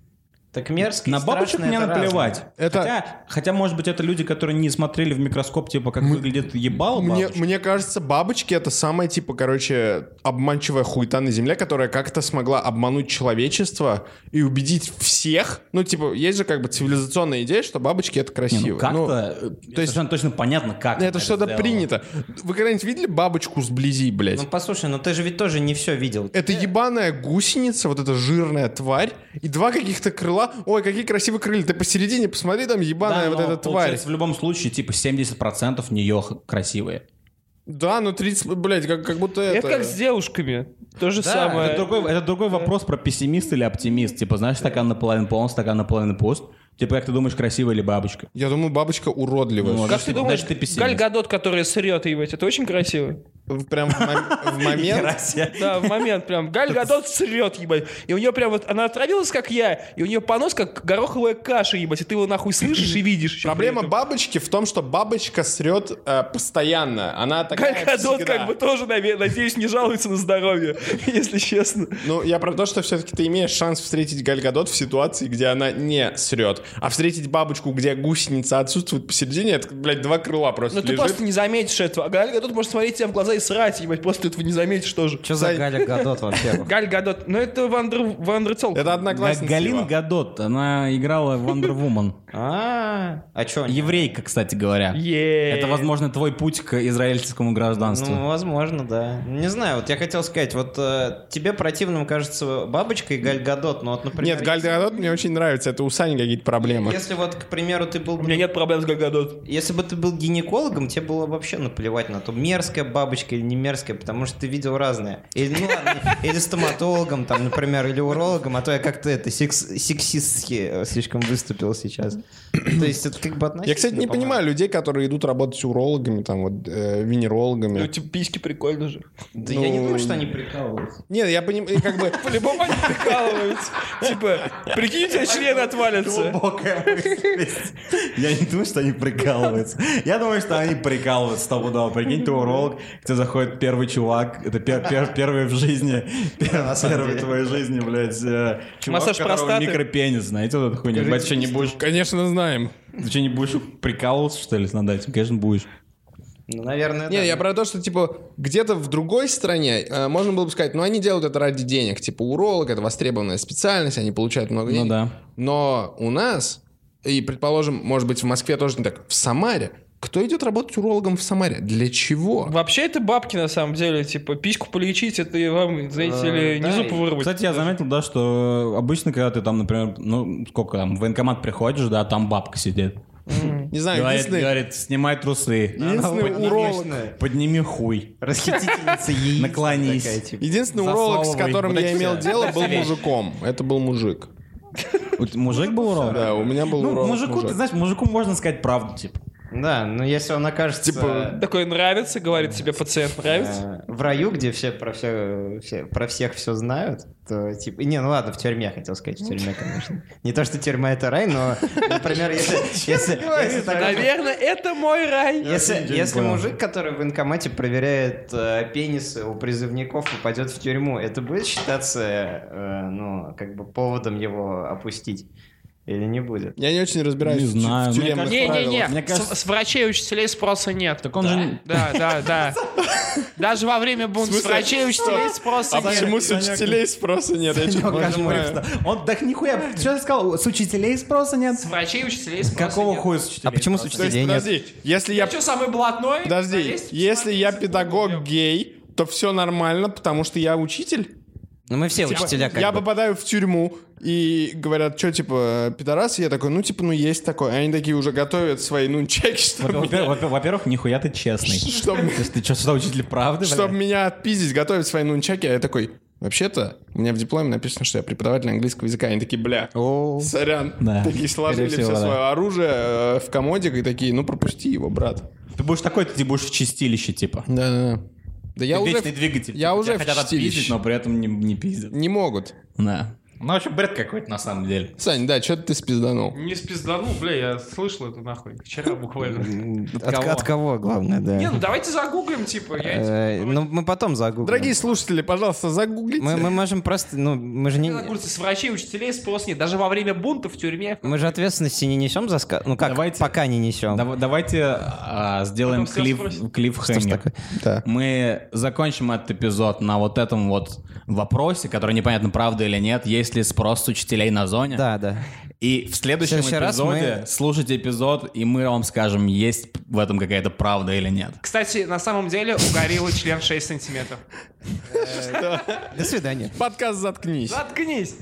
[SPEAKER 1] Так мерзко и
[SPEAKER 4] На бабочек
[SPEAKER 1] страшно
[SPEAKER 4] мне
[SPEAKER 1] это разное.
[SPEAKER 4] наплевать.
[SPEAKER 3] Это-
[SPEAKER 4] Хотя, хотя, может быть, это люди, которые не смотрели в микроскоп, типа, как выглядит ебал
[SPEAKER 3] Мне, мне кажется, бабочки — это самая, типа, короче, обманчивая хуета на Земле, которая как-то смогла обмануть человечество и убедить всех. Ну, типа, есть же как бы цивилизационная идея, что бабочки — это красиво.
[SPEAKER 4] ну,
[SPEAKER 3] Ну,
[SPEAKER 4] как-то э, совершенно точно понятно, как. она
[SPEAKER 3] Это что-то
[SPEAKER 4] сделала.
[SPEAKER 3] принято. Вы когда-нибудь видели бабочку сблизи, блядь?
[SPEAKER 1] Ну послушай, ну ты же ведь тоже не все видел.
[SPEAKER 3] Это ебаная гусеница, вот эта жирная тварь, и два каких-то крыла. Ой, какие красивые крылья. Ты посередине посмотри, там ебаная
[SPEAKER 4] Да,
[SPEAKER 3] вот
[SPEAKER 4] но
[SPEAKER 3] эта тварь.
[SPEAKER 4] получается, В любом случае, типа, 70% нее х- красивые.
[SPEAKER 3] Да, ну 30, блядь, как, как будто это...
[SPEAKER 2] Это как с девушками. То же
[SPEAKER 4] Это
[SPEAKER 2] самое.
[SPEAKER 4] другой, это другой вопрос про пессимист или оптимист. Типа, знаешь, стакан наполовину полон, стакан наполовину пуст. Типа, как ты думаешь, красивая или бабочка?
[SPEAKER 3] Я думаю, бабочка уродливая.
[SPEAKER 4] Ну,
[SPEAKER 2] Как ты
[SPEAKER 4] Даже-
[SPEAKER 2] думаешь,
[SPEAKER 4] даже ты пессимист.
[SPEAKER 2] Галь Гадот, которая сырет, ебать, это очень красиво.
[SPEAKER 3] В- Прям в, мом- в момент...
[SPEAKER 4] Крася.
[SPEAKER 2] Да, в момент прям. Галь Гадот срет, ебать. И у нее прям вот, она отравилась, как я, и у нее понос, как гороховая каша, ебать. И ты его нахуй слышишь и видишь. ещё при
[SPEAKER 3] Проблема
[SPEAKER 2] этом.
[SPEAKER 3] бабочки в том, что бабочка срет э, постоянно. Она такая
[SPEAKER 2] Галь Гадот
[SPEAKER 3] всегда.
[SPEAKER 2] как бы тоже, наве- надеюсь, не жалуется на здоровье, если честно.
[SPEAKER 3] Ну, я про то, что все-таки ты имеешь шанс встретить Гальгадот в ситуации, где она не срет. А встретить бабочку, где гусеница отсутствует посередине, это, блядь, два крыла просто
[SPEAKER 2] Но Ну, ты
[SPEAKER 3] лежит.
[SPEAKER 2] просто не заметишь этого. А Галь Гадот может смотреть тебе в глаза и срать, ебать, просто этого не заметишь тоже.
[SPEAKER 1] Что за Галя Гадот вообще?
[SPEAKER 2] Галь Гадот, ну это Вандер, Вандер Цолкин.
[SPEAKER 3] Это одноклассница.
[SPEAKER 4] Галина
[SPEAKER 3] его.
[SPEAKER 4] Гадот, она играла в Wonder Woman.
[SPEAKER 1] А, а что?
[SPEAKER 4] Еврейка, кстати говоря.
[SPEAKER 2] Е-е-е.
[SPEAKER 4] Это, возможно, твой путь к израильскому
[SPEAKER 1] Ну,
[SPEAKER 4] гражданству.
[SPEAKER 1] возможно, да. Не знаю, вот я хотел сказать, вот э, тебе противным кажется бабочка и Галь Гадот, но вот, например...
[SPEAKER 3] Нет, Гальгадот мне очень нравится. Это у Сани какие-то проблемы.
[SPEAKER 1] Если вот, к примеру, ты был
[SPEAKER 2] У
[SPEAKER 1] бы...
[SPEAKER 2] меня нет проблем с Галь Гадот.
[SPEAKER 1] Если бы ты был гинекологом, тебе было вообще наплевать на то, мерзкая бабочка или не мерзкая, потому что ты видел разное. Или, ну ладно, или стоматологом, там, например, или урологом, а то я как-то это секс, сексистски э, слишком выступил сейчас. То есть это как бы
[SPEAKER 3] Я,
[SPEAKER 1] относительно,
[SPEAKER 3] кстати, не
[SPEAKER 1] по-моему.
[SPEAKER 3] понимаю людей, которые идут работать урологами, там, вот, э,
[SPEAKER 2] Ну,
[SPEAKER 3] венерологами.
[SPEAKER 2] типа, письки прикольно же.
[SPEAKER 1] Да я не
[SPEAKER 3] ну,
[SPEAKER 1] думаю, что они прикалываются.
[SPEAKER 3] Нет, я понимаю, как бы...
[SPEAKER 2] По-любому они прикалываются. Типа, прикинь, у тебя член отвалится.
[SPEAKER 4] Глубокая мысль. Я не думаю, что они прикалываются. Я думаю, что они прикалываются стопудово. Прикинь, ты уролог, к тебе заходит первый чувак, это пер- пер- первый в жизни, пер-
[SPEAKER 1] на самом
[SPEAKER 4] первый в
[SPEAKER 1] деле.
[SPEAKER 4] твоей жизни, блядь, э, чувак, у
[SPEAKER 2] Массаж
[SPEAKER 4] которого
[SPEAKER 2] простаты.
[SPEAKER 4] микропенис, знаете, вот эту хуйню. Блядь, ты что, не будешь,
[SPEAKER 3] Конечно, знаем.
[SPEAKER 4] ты что, не будешь прикалываться, что ли, над этим? Конечно, будешь.
[SPEAKER 1] Ну, наверное,
[SPEAKER 3] Не,
[SPEAKER 1] да.
[SPEAKER 3] я про то, что, типа, где-то в другой стране э, можно было бы сказать, ну, они делают это ради денег. Типа, уролог — это востребованная специальность, они получают много денег.
[SPEAKER 4] Ну да.
[SPEAKER 3] Но у нас и, предположим, может быть, в Москве тоже не так, в Самаре. Кто идет работать урологом в Самаре? Для чего?
[SPEAKER 2] Вообще это бабки на самом деле, типа письку полечить, это и вам, знаете ли, не
[SPEAKER 1] да,
[SPEAKER 2] зуб
[SPEAKER 1] и-
[SPEAKER 2] вырвать.
[SPEAKER 4] Э, Кстати, я заметил, да, что обычно, когда ты там, например, ну, сколько там, в военкомат приходишь, да, там бабка сидит.
[SPEAKER 3] Не знаю,
[SPEAKER 4] Говорит,
[SPEAKER 3] единственное-
[SPEAKER 4] говорит, снимай трусы.
[SPEAKER 3] Единственный
[SPEAKER 1] Она вот,
[SPEAKER 3] уролог.
[SPEAKER 1] конечно,
[SPEAKER 4] Подними хуй.
[SPEAKER 1] Расхитительница яиц.
[SPEAKER 4] Наклонись.
[SPEAKER 1] такая, типа.
[SPEAKER 3] Единственный
[SPEAKER 4] Засовывай.
[SPEAKER 3] уролог, с которым
[SPEAKER 4] Вот
[SPEAKER 3] я
[SPEAKER 4] это
[SPEAKER 3] имел
[SPEAKER 4] всё.
[SPEAKER 3] дело,
[SPEAKER 4] Это
[SPEAKER 3] был
[SPEAKER 4] вещь.
[SPEAKER 3] мужиком. Это был мужик.
[SPEAKER 4] У т- Мужик был уролог?
[SPEAKER 3] Да, у меня был
[SPEAKER 4] Ну,
[SPEAKER 3] уролог.
[SPEAKER 4] мужику,
[SPEAKER 3] мужик.
[SPEAKER 4] ты знаешь, мужику можно сказать правду, типа.
[SPEAKER 1] Да, но если он окажется
[SPEAKER 3] Типа,
[SPEAKER 2] Такой нравится, говорит тебе пациент, нравится?
[SPEAKER 1] э, в раю, где все про, все, все про всех все знают, то типа... Не, ну ладно, в тюрьме, я хотел сказать, в тюрьме, конечно. Не то, что тюрьма — это рай, но, например, если... если- если
[SPEAKER 4] э,
[SPEAKER 1] такой-
[SPEAKER 2] Наверное, это мой рай.
[SPEAKER 1] Если,
[SPEAKER 4] не
[SPEAKER 1] если
[SPEAKER 4] понял.
[SPEAKER 1] мужик, который в военкомате проверяет э, пенисы у призывников, попадет в тюрьму, это будет считаться, э, ну, как бы поводом его опустить? Или не будет?
[SPEAKER 3] я не очень разбираюсь
[SPEAKER 4] Не
[SPEAKER 3] в тю-
[SPEAKER 4] знаю,
[SPEAKER 3] в
[SPEAKER 4] мне
[SPEAKER 3] тюремных
[SPEAKER 4] кажется-
[SPEAKER 3] правилах.
[SPEAKER 4] правила.
[SPEAKER 2] Не-не-не,
[SPEAKER 4] Мне кажется-
[SPEAKER 2] с, с врачей и учителей спроса нет.
[SPEAKER 4] Так он же... не-
[SPEAKER 2] Да, да, да. Даже во время бунта с
[SPEAKER 3] смысле?
[SPEAKER 2] врачей и учителей спроса
[SPEAKER 3] А
[SPEAKER 2] нет.
[SPEAKER 3] почему с учителей спроса нет? Я
[SPEAKER 4] Типа,
[SPEAKER 3] чё-то не понимаю.
[SPEAKER 4] Он так нихуя... Что ты сказал? С учителей спроса нет?
[SPEAKER 2] С врачей и учителей спроса
[SPEAKER 4] Какого
[SPEAKER 2] нет.
[SPEAKER 4] хуя с учителей?
[SPEAKER 1] А почему с
[SPEAKER 3] То есть,
[SPEAKER 1] учителей нет?
[SPEAKER 3] подожди, если я...
[SPEAKER 2] Ты что, самый блатной?
[SPEAKER 3] Подожди,
[SPEAKER 2] Есть?
[SPEAKER 3] если я педагог гей, то все нормально, потому что я учитель.
[SPEAKER 1] Ну, мы все учителя как
[SPEAKER 3] я
[SPEAKER 1] бы.
[SPEAKER 3] попадаю в тюрьму и говорят, что, типа, пидорас? И я такой, ну, типа, ну, есть такое. Они такие уже готовят свои нунчаки,
[SPEAKER 4] Во-
[SPEAKER 3] чтобы,
[SPEAKER 4] во- во- Во-первых, нихуя ты честный.
[SPEAKER 3] чтобы,
[SPEAKER 4] То есть Ты что, сюда учитель правды, бля?
[SPEAKER 3] чтобы меня отпиздить, готовят свои нунчаки. А я такой, вообще-то, у меня в дипломе написано, что я преподаватель английского языка. Они такие, бля,
[SPEAKER 4] О.
[SPEAKER 3] сорян.
[SPEAKER 4] Да.
[SPEAKER 3] Такие сложили
[SPEAKER 4] Скорее всего,
[SPEAKER 3] все
[SPEAKER 4] да.
[SPEAKER 3] свое оружие э, в комодик и такие, ну, пропусти его, брат.
[SPEAKER 4] Ты будешь такой, ты будешь в чистилище, типа.
[SPEAKER 3] Да-да-да. Да я
[SPEAKER 4] Ты
[SPEAKER 3] уже...
[SPEAKER 4] вечный двигатель.
[SPEAKER 3] я
[SPEAKER 4] типа,
[SPEAKER 3] уже
[SPEAKER 4] тебя
[SPEAKER 3] в
[SPEAKER 4] хотят отпиздить,
[SPEAKER 3] чистилище.
[SPEAKER 4] но при этом не, не пиздят.
[SPEAKER 3] Не могут.
[SPEAKER 4] Да. Ну, вообще, бред какой-то на самом деле.
[SPEAKER 3] Сань, да, что ты спизданул?
[SPEAKER 2] Не спизданул, бля, я слышал это нахуй. Вчера буквально.
[SPEAKER 1] М, От,
[SPEAKER 4] кого?
[SPEAKER 1] от кого, главное, да.
[SPEAKER 2] Не, ну давайте загуглим, типа. я-
[SPEAKER 1] Э, ну, мы потом загуглим.
[SPEAKER 3] Дорогие слушатели, пожалуйста, загуглите.
[SPEAKER 1] мы, мы можем просто, ну, мы же не...
[SPEAKER 2] Загуглите, С врачей и учителей спрос нет. Даже во время бунта в тюрьме.
[SPEAKER 1] Мы же ответственности не несем за ска... Ну как,
[SPEAKER 4] Давайте-
[SPEAKER 1] пока не несем.
[SPEAKER 4] Дав- давайте а, сделаем
[SPEAKER 2] Потом всё
[SPEAKER 4] клиф,
[SPEAKER 2] спросят.
[SPEAKER 1] Что ж
[SPEAKER 4] клиффхенгер.
[SPEAKER 1] такое?
[SPEAKER 3] Да.
[SPEAKER 4] Мы закончим этот эпизод на вот этом вот вопросе, который непонятно, правда или нет, есть ли спрос с учителей на зоне.
[SPEAKER 1] Да, да.
[SPEAKER 4] И в следующем
[SPEAKER 1] В следующий раз
[SPEAKER 4] эпизоде
[SPEAKER 1] мы-
[SPEAKER 4] слушайте эпизод, и мы вам скажем, есть в этом какая-то правда или нет.
[SPEAKER 2] Кстати, на самом деле у гориллы член 6 сантиметров.
[SPEAKER 1] До свидания.
[SPEAKER 3] Подкаст заткнись.
[SPEAKER 2] Заткнись!